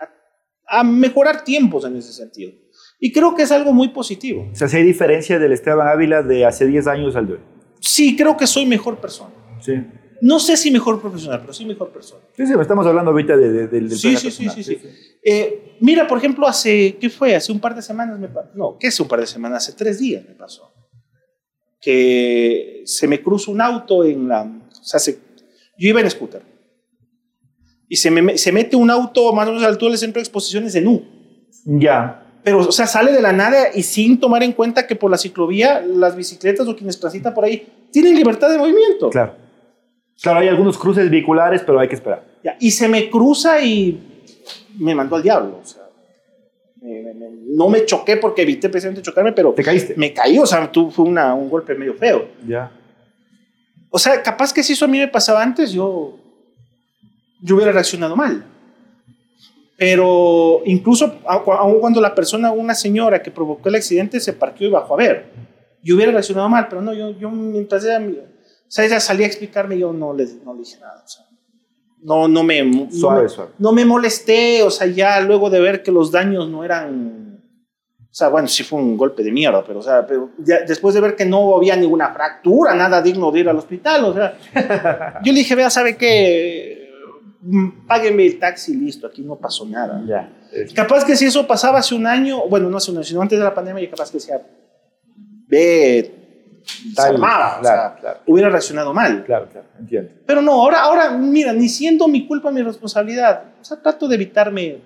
Speaker 4: a, a mejorar tiempos en ese sentido. Y creo que es algo muy positivo.
Speaker 1: O sea, si hay diferencia del Esteban Ávila de hace 10 años al de hoy.
Speaker 4: Sí, creo que soy mejor persona.
Speaker 1: Sí.
Speaker 4: No sé si mejor profesional, pero sí mejor persona.
Speaker 1: Sí, sí, estamos hablando ahorita de, de- del del
Speaker 4: Sí,
Speaker 1: plano
Speaker 4: sí, sí,
Speaker 1: personal.
Speaker 4: sí, sí. Eh, mira, por ejemplo, hace, ¿qué fue? Hace un par de semanas me pasó, no, ¿qué es un par de semanas? Hace tres días me pasó, que se me cruzó un auto en la, o sea, se- yo iba en scooter, y se, me, se mete un auto más o menos a la altura del centro de exposiciones de Nu,
Speaker 1: Ya,
Speaker 4: pero, o sea, sale de la nada y sin tomar en cuenta que por la ciclovía las bicicletas o quienes transitan por ahí tienen libertad de movimiento.
Speaker 1: claro. Claro, hay algunos cruces vehiculares, pero hay que esperar.
Speaker 4: Ya, y se me cruza y me mandó al diablo. o sea, me- me- me- no me choqué porque evité precisamente chocarme, pero
Speaker 1: ¿Te caíste?
Speaker 4: me caí, o sea, tú, fue una- un golpe medio feo.
Speaker 1: Ya.
Speaker 4: O sea, capaz que si eso a mí me pasaba antes, yo, yo hubiera reaccionado mal. Pero incluso, au- cua- aun cuando la persona, una señora que provocó el accidente, se partió y bajó a ver, yo hubiera reaccionado mal, pero no, yo, yo mientras ella, me- o sea, ella salía a explicarme, yo no le, no le dije nada. o sea, no, no me, no
Speaker 1: Suave,
Speaker 4: me-
Speaker 1: suave.
Speaker 4: no me molesté, o sea, ya luego de ver que los daños no eran, o sea, bueno, sí fue un golpe de mierda, pero, o sea, pero ya después de ver que no había ninguna fractura, nada digno de ir al hospital, o sea, yo le dije, vea, ¿sabe qué? Mm, Págueme el taxi, listo, aquí no pasó nada.
Speaker 1: Ya. Es-
Speaker 4: Capaz que si eso pasaba hace un año, bueno, no hace un año, sino antes de la pandemia, yo capaz que sea, ve,
Speaker 1: Tal-
Speaker 4: armada, o
Speaker 1: claro,
Speaker 4: sea,
Speaker 1: claro.
Speaker 4: hubiera reaccionado mal.
Speaker 1: Claro, claro, entiendo.
Speaker 4: Pero no, ahora, ahora, mira, ni siendo mi culpa mi responsabilidad, o sea, trato de evitarme.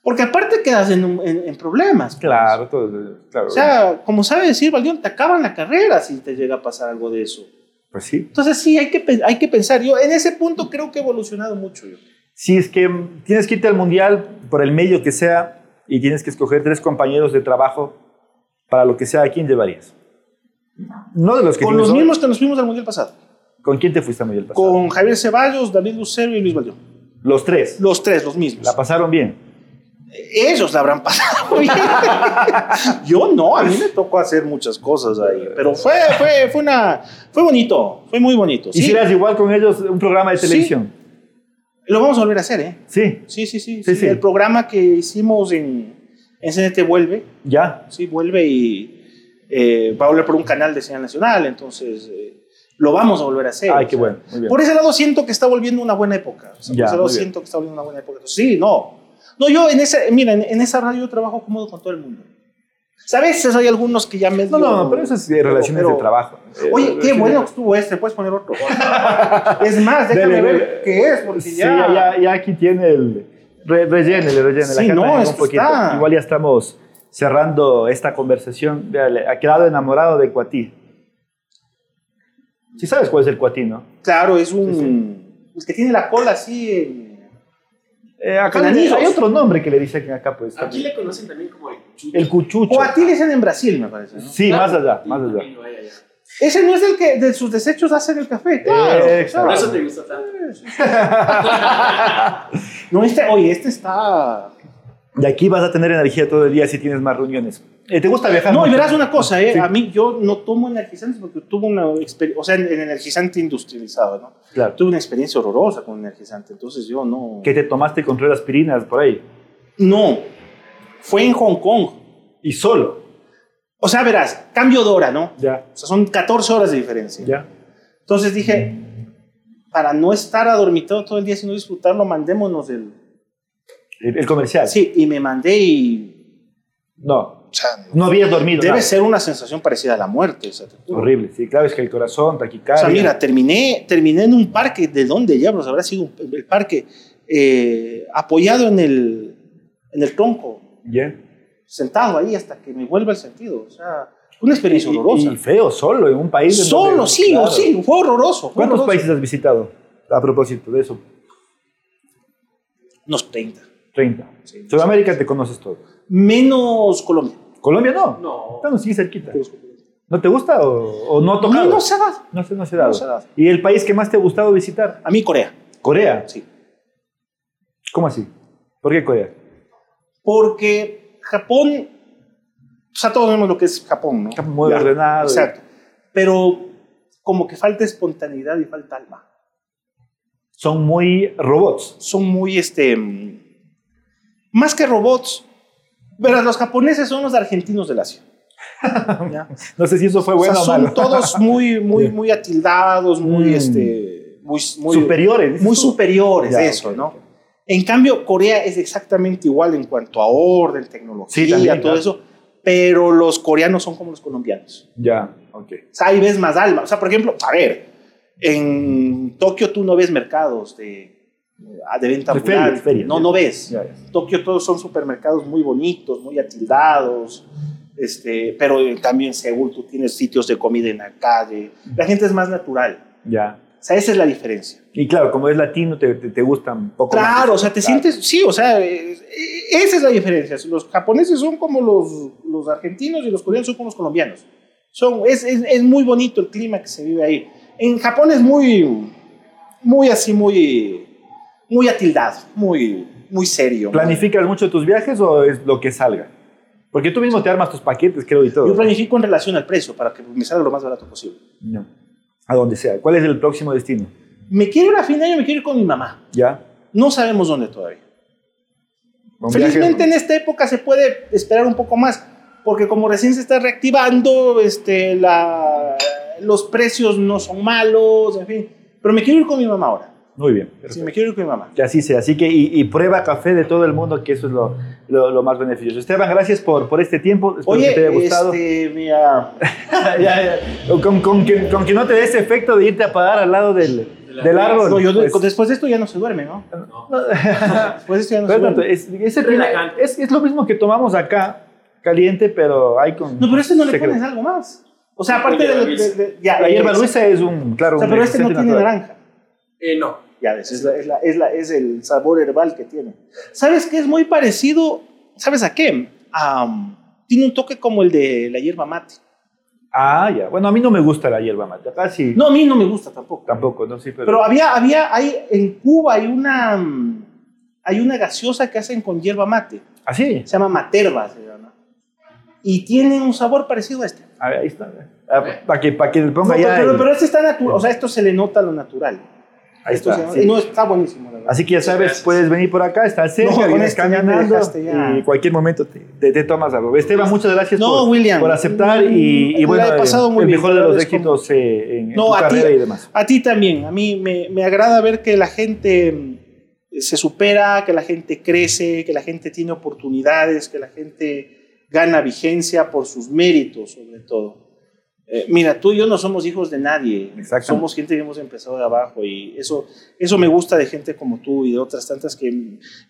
Speaker 4: Porque aparte quedas en, un- en- en problemas. pues.
Speaker 1: Claro, todo, claro.
Speaker 4: O sea, como sabe decir Valdión, te acaban la carrera si te llega a pasar algo de eso.
Speaker 1: pues sí.
Speaker 4: Entonces sí, hay que, pe- hay que pensar. Yo en ese punto creo que he evolucionado mucho yo.
Speaker 1: Si es que mm, tienes que irte al mundial por el medio que sea y tienes que escoger tres compañeros de trabajo para lo que sea, ¿a quién llevarías? No de los que
Speaker 4: Con
Speaker 1: tienes
Speaker 4: los
Speaker 1: hoy.
Speaker 4: mismos que nos fuimos al Mundial pasado.
Speaker 1: ¿Con quién te fuiste a mundial pasado?
Speaker 4: Con Javier Ceballos, David Lucero y Luis Valdión.
Speaker 1: Los tres.
Speaker 4: Los tres, los mismos.
Speaker 1: La pasaron bien.
Speaker 4: Ellos la habrán pasado bien. Yo no, a mí me tocó hacer muchas cosas ahí, pero fue, fue, fue una, fue bonito, fue muy bonito. Sí,
Speaker 1: ¿Hicieras igual con ellos un programa de
Speaker 4: Sí.
Speaker 1: televisión?
Speaker 4: lo vamos a volver a hacer, ¿eh?
Speaker 1: Sí.
Speaker 4: Sí, sí, sí.
Speaker 1: Sí,
Speaker 4: sí,
Speaker 1: sí.
Speaker 4: El programa que hicimos en, en CNT vuelve,
Speaker 1: Ya.
Speaker 4: sí, vuelve y eh, va a volver por un canal de señal nacional, entonces eh, lo vamos a volver a hacer.
Speaker 1: Ay,
Speaker 4: o
Speaker 1: qué
Speaker 4: sea,
Speaker 1: bueno. Muy bien.
Speaker 4: Por ese lado siento que está volviendo una buena época. O sea,
Speaker 1: Ya,
Speaker 4: por ese lado
Speaker 1: muy bien.
Speaker 4: siento que está volviendo una buena época. Entonces, sí, no. No, yo en esa, mira, en, en esa radio yo trabajo cómodo con todo el mundo. O sea, A veces hay algunos que ya me
Speaker 1: No, no, no, pero eso es de relaciones
Speaker 4: pero-
Speaker 1: de trabajo. Eh,
Speaker 4: Oye, qué
Speaker 1: Relaciones
Speaker 4: bueno que
Speaker 1: de-
Speaker 4: estuvo este, puedes poner otro. es más, déjame
Speaker 1: Dele,
Speaker 4: ver
Speaker 1: dele.
Speaker 4: qué es, porque
Speaker 1: Sí,
Speaker 4: ya...
Speaker 1: ya, ya, ya aquí tiene el. Re, rellénele, rellénele.
Speaker 4: Sí,
Speaker 1: Acá
Speaker 4: no,
Speaker 1: tenemos
Speaker 4: esto está.
Speaker 1: Igual ya estamos cerrando esta conversación. Vea, le- Ha quedado enamorado de Cuatí. Si sabes cuál es el Cuatí, ¿no?
Speaker 4: Claro, es un... El que tiene la cola así... en-
Speaker 1: Eh, acá le-
Speaker 4: Cananillos.
Speaker 1: hay otro nombre que le dicen acá, pues.
Speaker 5: Aquí
Speaker 1: también.
Speaker 5: le conocen también como el chucho.
Speaker 1: El cuchucho.
Speaker 4: O a ti le ¿Ah? dicen en Brasil, me parece. ¿no?
Speaker 1: Sí,
Speaker 5: Claro,
Speaker 1: más allá,
Speaker 5: sí,
Speaker 1: más allá.
Speaker 5: también lo hay allá.
Speaker 4: Ese no es el que de sus desechos hacen el café. Claro.
Speaker 1: Exacto.
Speaker 4: claro.
Speaker 5: Por eso te gusta tanto.
Speaker 4: No, este, oye, este está.
Speaker 1: Y aquí vas a tener energía todo el día si tienes más reuniones. Eh, ¿Te gusta viajar?
Speaker 4: No, y
Speaker 1: mucho?
Speaker 4: verás una cosa, ¿eh?
Speaker 1: Sí.
Speaker 4: A mí yo no tomo energizantes porque tuve una experiencia. O sea, en, en energizante industrializado, ¿no?
Speaker 1: Claro.
Speaker 4: Tuve una experiencia horrorosa con energizante. Entonces yo no.
Speaker 1: Que te tomaste con tres aspirinas por ahí.
Speaker 4: No. Fue en Hong Kong.
Speaker 1: Y solo.
Speaker 4: O sea, verás, cambio de hora, ¿no?
Speaker 1: Ya,
Speaker 4: O sea, son 14 horas de diferencia.
Speaker 1: ya.
Speaker 4: Entonces dije, para no estar adormitado todo el día, sino disfrutarlo, mandémonos el...
Speaker 1: El, el comercial.
Speaker 4: Sí, y me mandé y...
Speaker 1: No.
Speaker 4: o sea,
Speaker 1: No habías dormido.
Speaker 4: debe
Speaker 1: nada.
Speaker 4: ser una sensación parecida a la muerte. O sea, te juro.
Speaker 1: Horrible, sí, claro, es que el corazón,
Speaker 4: O
Speaker 1: taquicardia.
Speaker 4: sea, mira, terminé, terminé en un parque, ¿de dónde diablos habrá sido un- el parque? Eh, apoyado en el, en el tronco,
Speaker 1: Ya.
Speaker 4: sentado ahí hasta que me vuelva el sentido. O sea, una experiencia
Speaker 1: Y-
Speaker 4: horrorosa.
Speaker 1: Y, feo, solo, en un país. en donde-
Speaker 4: Solo, sí,
Speaker 1: claro.
Speaker 4: sí, fue horroroso. fue
Speaker 1: ¿Cuántos
Speaker 4: horroroso.
Speaker 1: países has visitado a propósito de eso?
Speaker 4: Unos 30.
Speaker 1: 30.
Speaker 4: Sí.
Speaker 1: Sudamérica te conoces todo.
Speaker 4: Menos Colombia.
Speaker 1: Colombia no.
Speaker 5: No.
Speaker 1: Estamos aquí cerquita. ¿No te gusta o, o no ha
Speaker 4: No,
Speaker 1: tocado?
Speaker 4: no se ha dado.
Speaker 1: No se, no se ha dado.
Speaker 4: No se ha dado.
Speaker 1: ¿Y el país que más te ha gustado visitar?
Speaker 4: A mí Corea,
Speaker 1: Corea.
Speaker 4: sí.
Speaker 1: ¿Cómo así? ¿Por qué Corea?
Speaker 4: Porque Japón, o sea, todos vemos lo que es Japón, ¿no?
Speaker 1: Japón muy
Speaker 4: Ya,
Speaker 1: ordenado.
Speaker 4: Exacto. Pero como que falta espontaneidad y falta alma.
Speaker 1: Son muy robots.
Speaker 4: Son muy, este, mm, más que robots. Verás, los japoneses son los argentinos del Asia. ¿ya?
Speaker 1: No sé si eso fue
Speaker 4: O sea,
Speaker 1: bueno o,
Speaker 4: son
Speaker 1: malo.
Speaker 4: todos muy, muy,
Speaker 1: Sí.
Speaker 4: muy atildados, muy,
Speaker 1: Mm.
Speaker 4: este, muy, muy,
Speaker 1: superiores. dices
Speaker 4: muy
Speaker 1: tú.
Speaker 4: superiores,
Speaker 1: Ya,
Speaker 4: eso,
Speaker 1: ok,
Speaker 4: ¿no?
Speaker 1: ok.
Speaker 4: En cambio, Corea es exactamente igual en cuanto a orden, tecnología,
Speaker 1: Sí, también,
Speaker 4: todo
Speaker 1: claro.
Speaker 4: eso, pero los coreanos son como los colombianos.
Speaker 1: Ya, ok.
Speaker 4: O sea, ahí ves más alma. O sea, por ejemplo, a ver, en Tokio tú no ves mercados de, de venta
Speaker 1: De
Speaker 4: ambulante.
Speaker 1: ferias, ferias,
Speaker 4: no,
Speaker 1: ya.
Speaker 4: no ves.
Speaker 1: Ya, ya.
Speaker 4: Tokio todos son supermercados muy bonitos, muy atildados, este, pero en cambio en Seúl tú tienes sitios de comida en la calle. La gente es más natural.
Speaker 1: ya.
Speaker 4: O sea, esa es la diferencia.
Speaker 1: Y claro, como es latino, te, te, te gustan un poco más.
Speaker 4: Claro, o sea, te
Speaker 1: Claro.
Speaker 4: sientes, sí, o sea, eh, esa es la diferencia. Los japoneses son como los, los argentinos y los coreanos son como los colombianos. Son, es, es- es muy bonito el clima que se vive ahí. En Japón es muy, muy así, muy, muy atildado, muy, muy serio.
Speaker 1: ¿Planificas mucho tus viajes o es lo que salga? Porque tú mismo te armas tus paquetes, creo, y todo.
Speaker 4: Yo planifico en relación al precio para que me salga lo más barato posible.
Speaker 1: No. A donde sea. ¿Cuál es el próximo destino?
Speaker 4: Me quiero ir a fin de año, me quiero ir con mi mamá.
Speaker 1: ¿Ya?
Speaker 4: No sabemos dónde todavía.
Speaker 1: Un viaje-
Speaker 4: Felizmente en esta época se puede esperar un poco más, porque como recién se está reactivando, este, la, los precios no son malos, en fin. Pero me quiero ir con mi mamá ahora.
Speaker 1: Muy bien.
Speaker 4: Sí, me quiero ir con mi mamá.
Speaker 1: Que así sea. Así que, y, y prueba café de todo el mundo, que eso es lo, lo- lo más beneficioso. Esteban, gracias por, por este tiempo. Espero que te haya
Speaker 4: Oye,
Speaker 1: gustado.
Speaker 4: este, mira,
Speaker 1: Ya, ya. Con, con que, con que no te dé ese efecto de irte a parar al lado del, del árbol.
Speaker 4: no, yo-
Speaker 1: pues.
Speaker 4: después de esto ya no se duerme, ¿no?
Speaker 5: No.
Speaker 4: Después de esto ya no se
Speaker 1: Pero tanto,
Speaker 4: duerme.
Speaker 1: es, ese primer-
Speaker 5: Relajante.
Speaker 1: es, es lo mismo que tomamos acá, caliente, pero hay con.
Speaker 4: No, pero este no le
Speaker 1: secreto.
Speaker 4: pones algo más. O sea, aparte de, de- de- ya,
Speaker 1: La hierba
Speaker 4: es-
Speaker 1: luisa es un. Claro,
Speaker 4: O sea,
Speaker 1: un
Speaker 4: pero este no
Speaker 1: energizante
Speaker 4: tiene
Speaker 1: natural.
Speaker 4: naranja.
Speaker 5: Eh, no.
Speaker 4: Ya ves, es, la- es la- es la- es el sabor herbal que tiene. ¿Sabes qué? Es muy parecido, ¿sabes a qué? Am, tiene un toque como el de la hierba mate.
Speaker 1: Ah, ya. Bueno, a mí no me gusta la hierba mate. Acá sí.
Speaker 4: No, a mí no me gusta tampoco.
Speaker 1: Tampoco, no, sí, pero.
Speaker 4: Pero había, había, hay, en Cuba hay una, mm, hay una gaseosa que hacen con hierba mate.
Speaker 1: Así.
Speaker 4: Se llama materba, se llama. Y tiene un sabor parecido a este.
Speaker 1: A ver, ahí está. Para que, para que le
Speaker 4: No,
Speaker 1: ponga ya.
Speaker 4: pero,
Speaker 1: el-
Speaker 4: pero este está natural, o sea, esto se le nota lo natural.
Speaker 1: ahí
Speaker 4: Esto
Speaker 1: está.
Speaker 4: se-
Speaker 1: sí.
Speaker 4: No, está buenísimo, la verdad.
Speaker 1: Así que ya sabes,
Speaker 5: Gracias.
Speaker 1: puedes venir por acá, está cerca,
Speaker 4: con
Speaker 1: vienes
Speaker 4: este ya me
Speaker 1: caminando
Speaker 4: dejaste ya.
Speaker 1: y cualquier momento te, te- te tomas algo. Esteban, muchas gracias
Speaker 4: No,
Speaker 1: por,
Speaker 4: William.
Speaker 1: por aceptar y, y
Speaker 4: La
Speaker 1: bueno,
Speaker 4: he pasado
Speaker 1: el-
Speaker 4: muy
Speaker 1: el
Speaker 4: bien,
Speaker 1: mejor
Speaker 4: te
Speaker 1: de los
Speaker 4: agradezco
Speaker 1: éxitos eh, en, en
Speaker 4: No,
Speaker 1: tu
Speaker 4: a ti-
Speaker 1: carrera y demás.
Speaker 4: A ti también. A mí me, me agrada ver que la gente mm, se supera, que la gente crece, que la gente tiene oportunidades, que la gente gana vigencia por sus méritos, sobre todo. Eh, mira, tú y yo no somos hijos de nadie.
Speaker 1: Exactamente.
Speaker 4: Somos gente que hemos empezado de abajo y eso, eso me gusta de gente como tú y de otras tantas que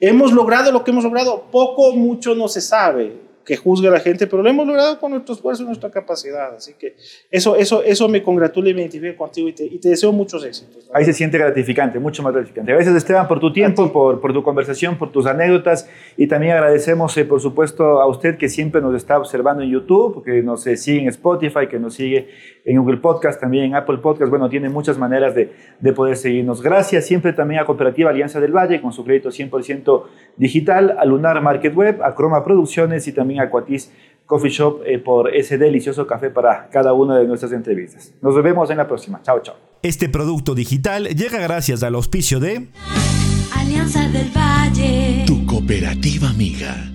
Speaker 4: hemos logrado lo que hemos logrado. Poco, mucho no se sabe. que juzgue a la gente, pero lo hemos logrado con nuestro esfuerzo y nuestra capacidad. Así que eso, eso, eso me congratula y me identifico contigo y te, y te deseo muchos éxitos. ¿no?
Speaker 1: Ahí se siente gratificante, mucho más gratificante. Gracias Esteban por tu tiempo, por, por tu conversación, por tus anécdotas y también agradecemos eh, por supuesto a usted que siempre nos está observando en YouTube, que nos eh, sigue en Spotify, que nos sigue en Google Podcast, también en Apple Podcast. Bueno, tiene muchas maneras de, de poder seguirnos. Gracias siempre también a Cooperativa Alianza del Valle con su crédito 100% digital, a Lunar Market Web, a Croma Producciones y también a Cuatis Coffee Shop eh, por ese delicioso café para cada una de nuestras entrevistas. Nos vemos en la próxima. Chao, chao.
Speaker 6: Este producto digital llega gracias al auspicio de...
Speaker 2: Alianza del Valle.
Speaker 3: tu cooperativa amiga.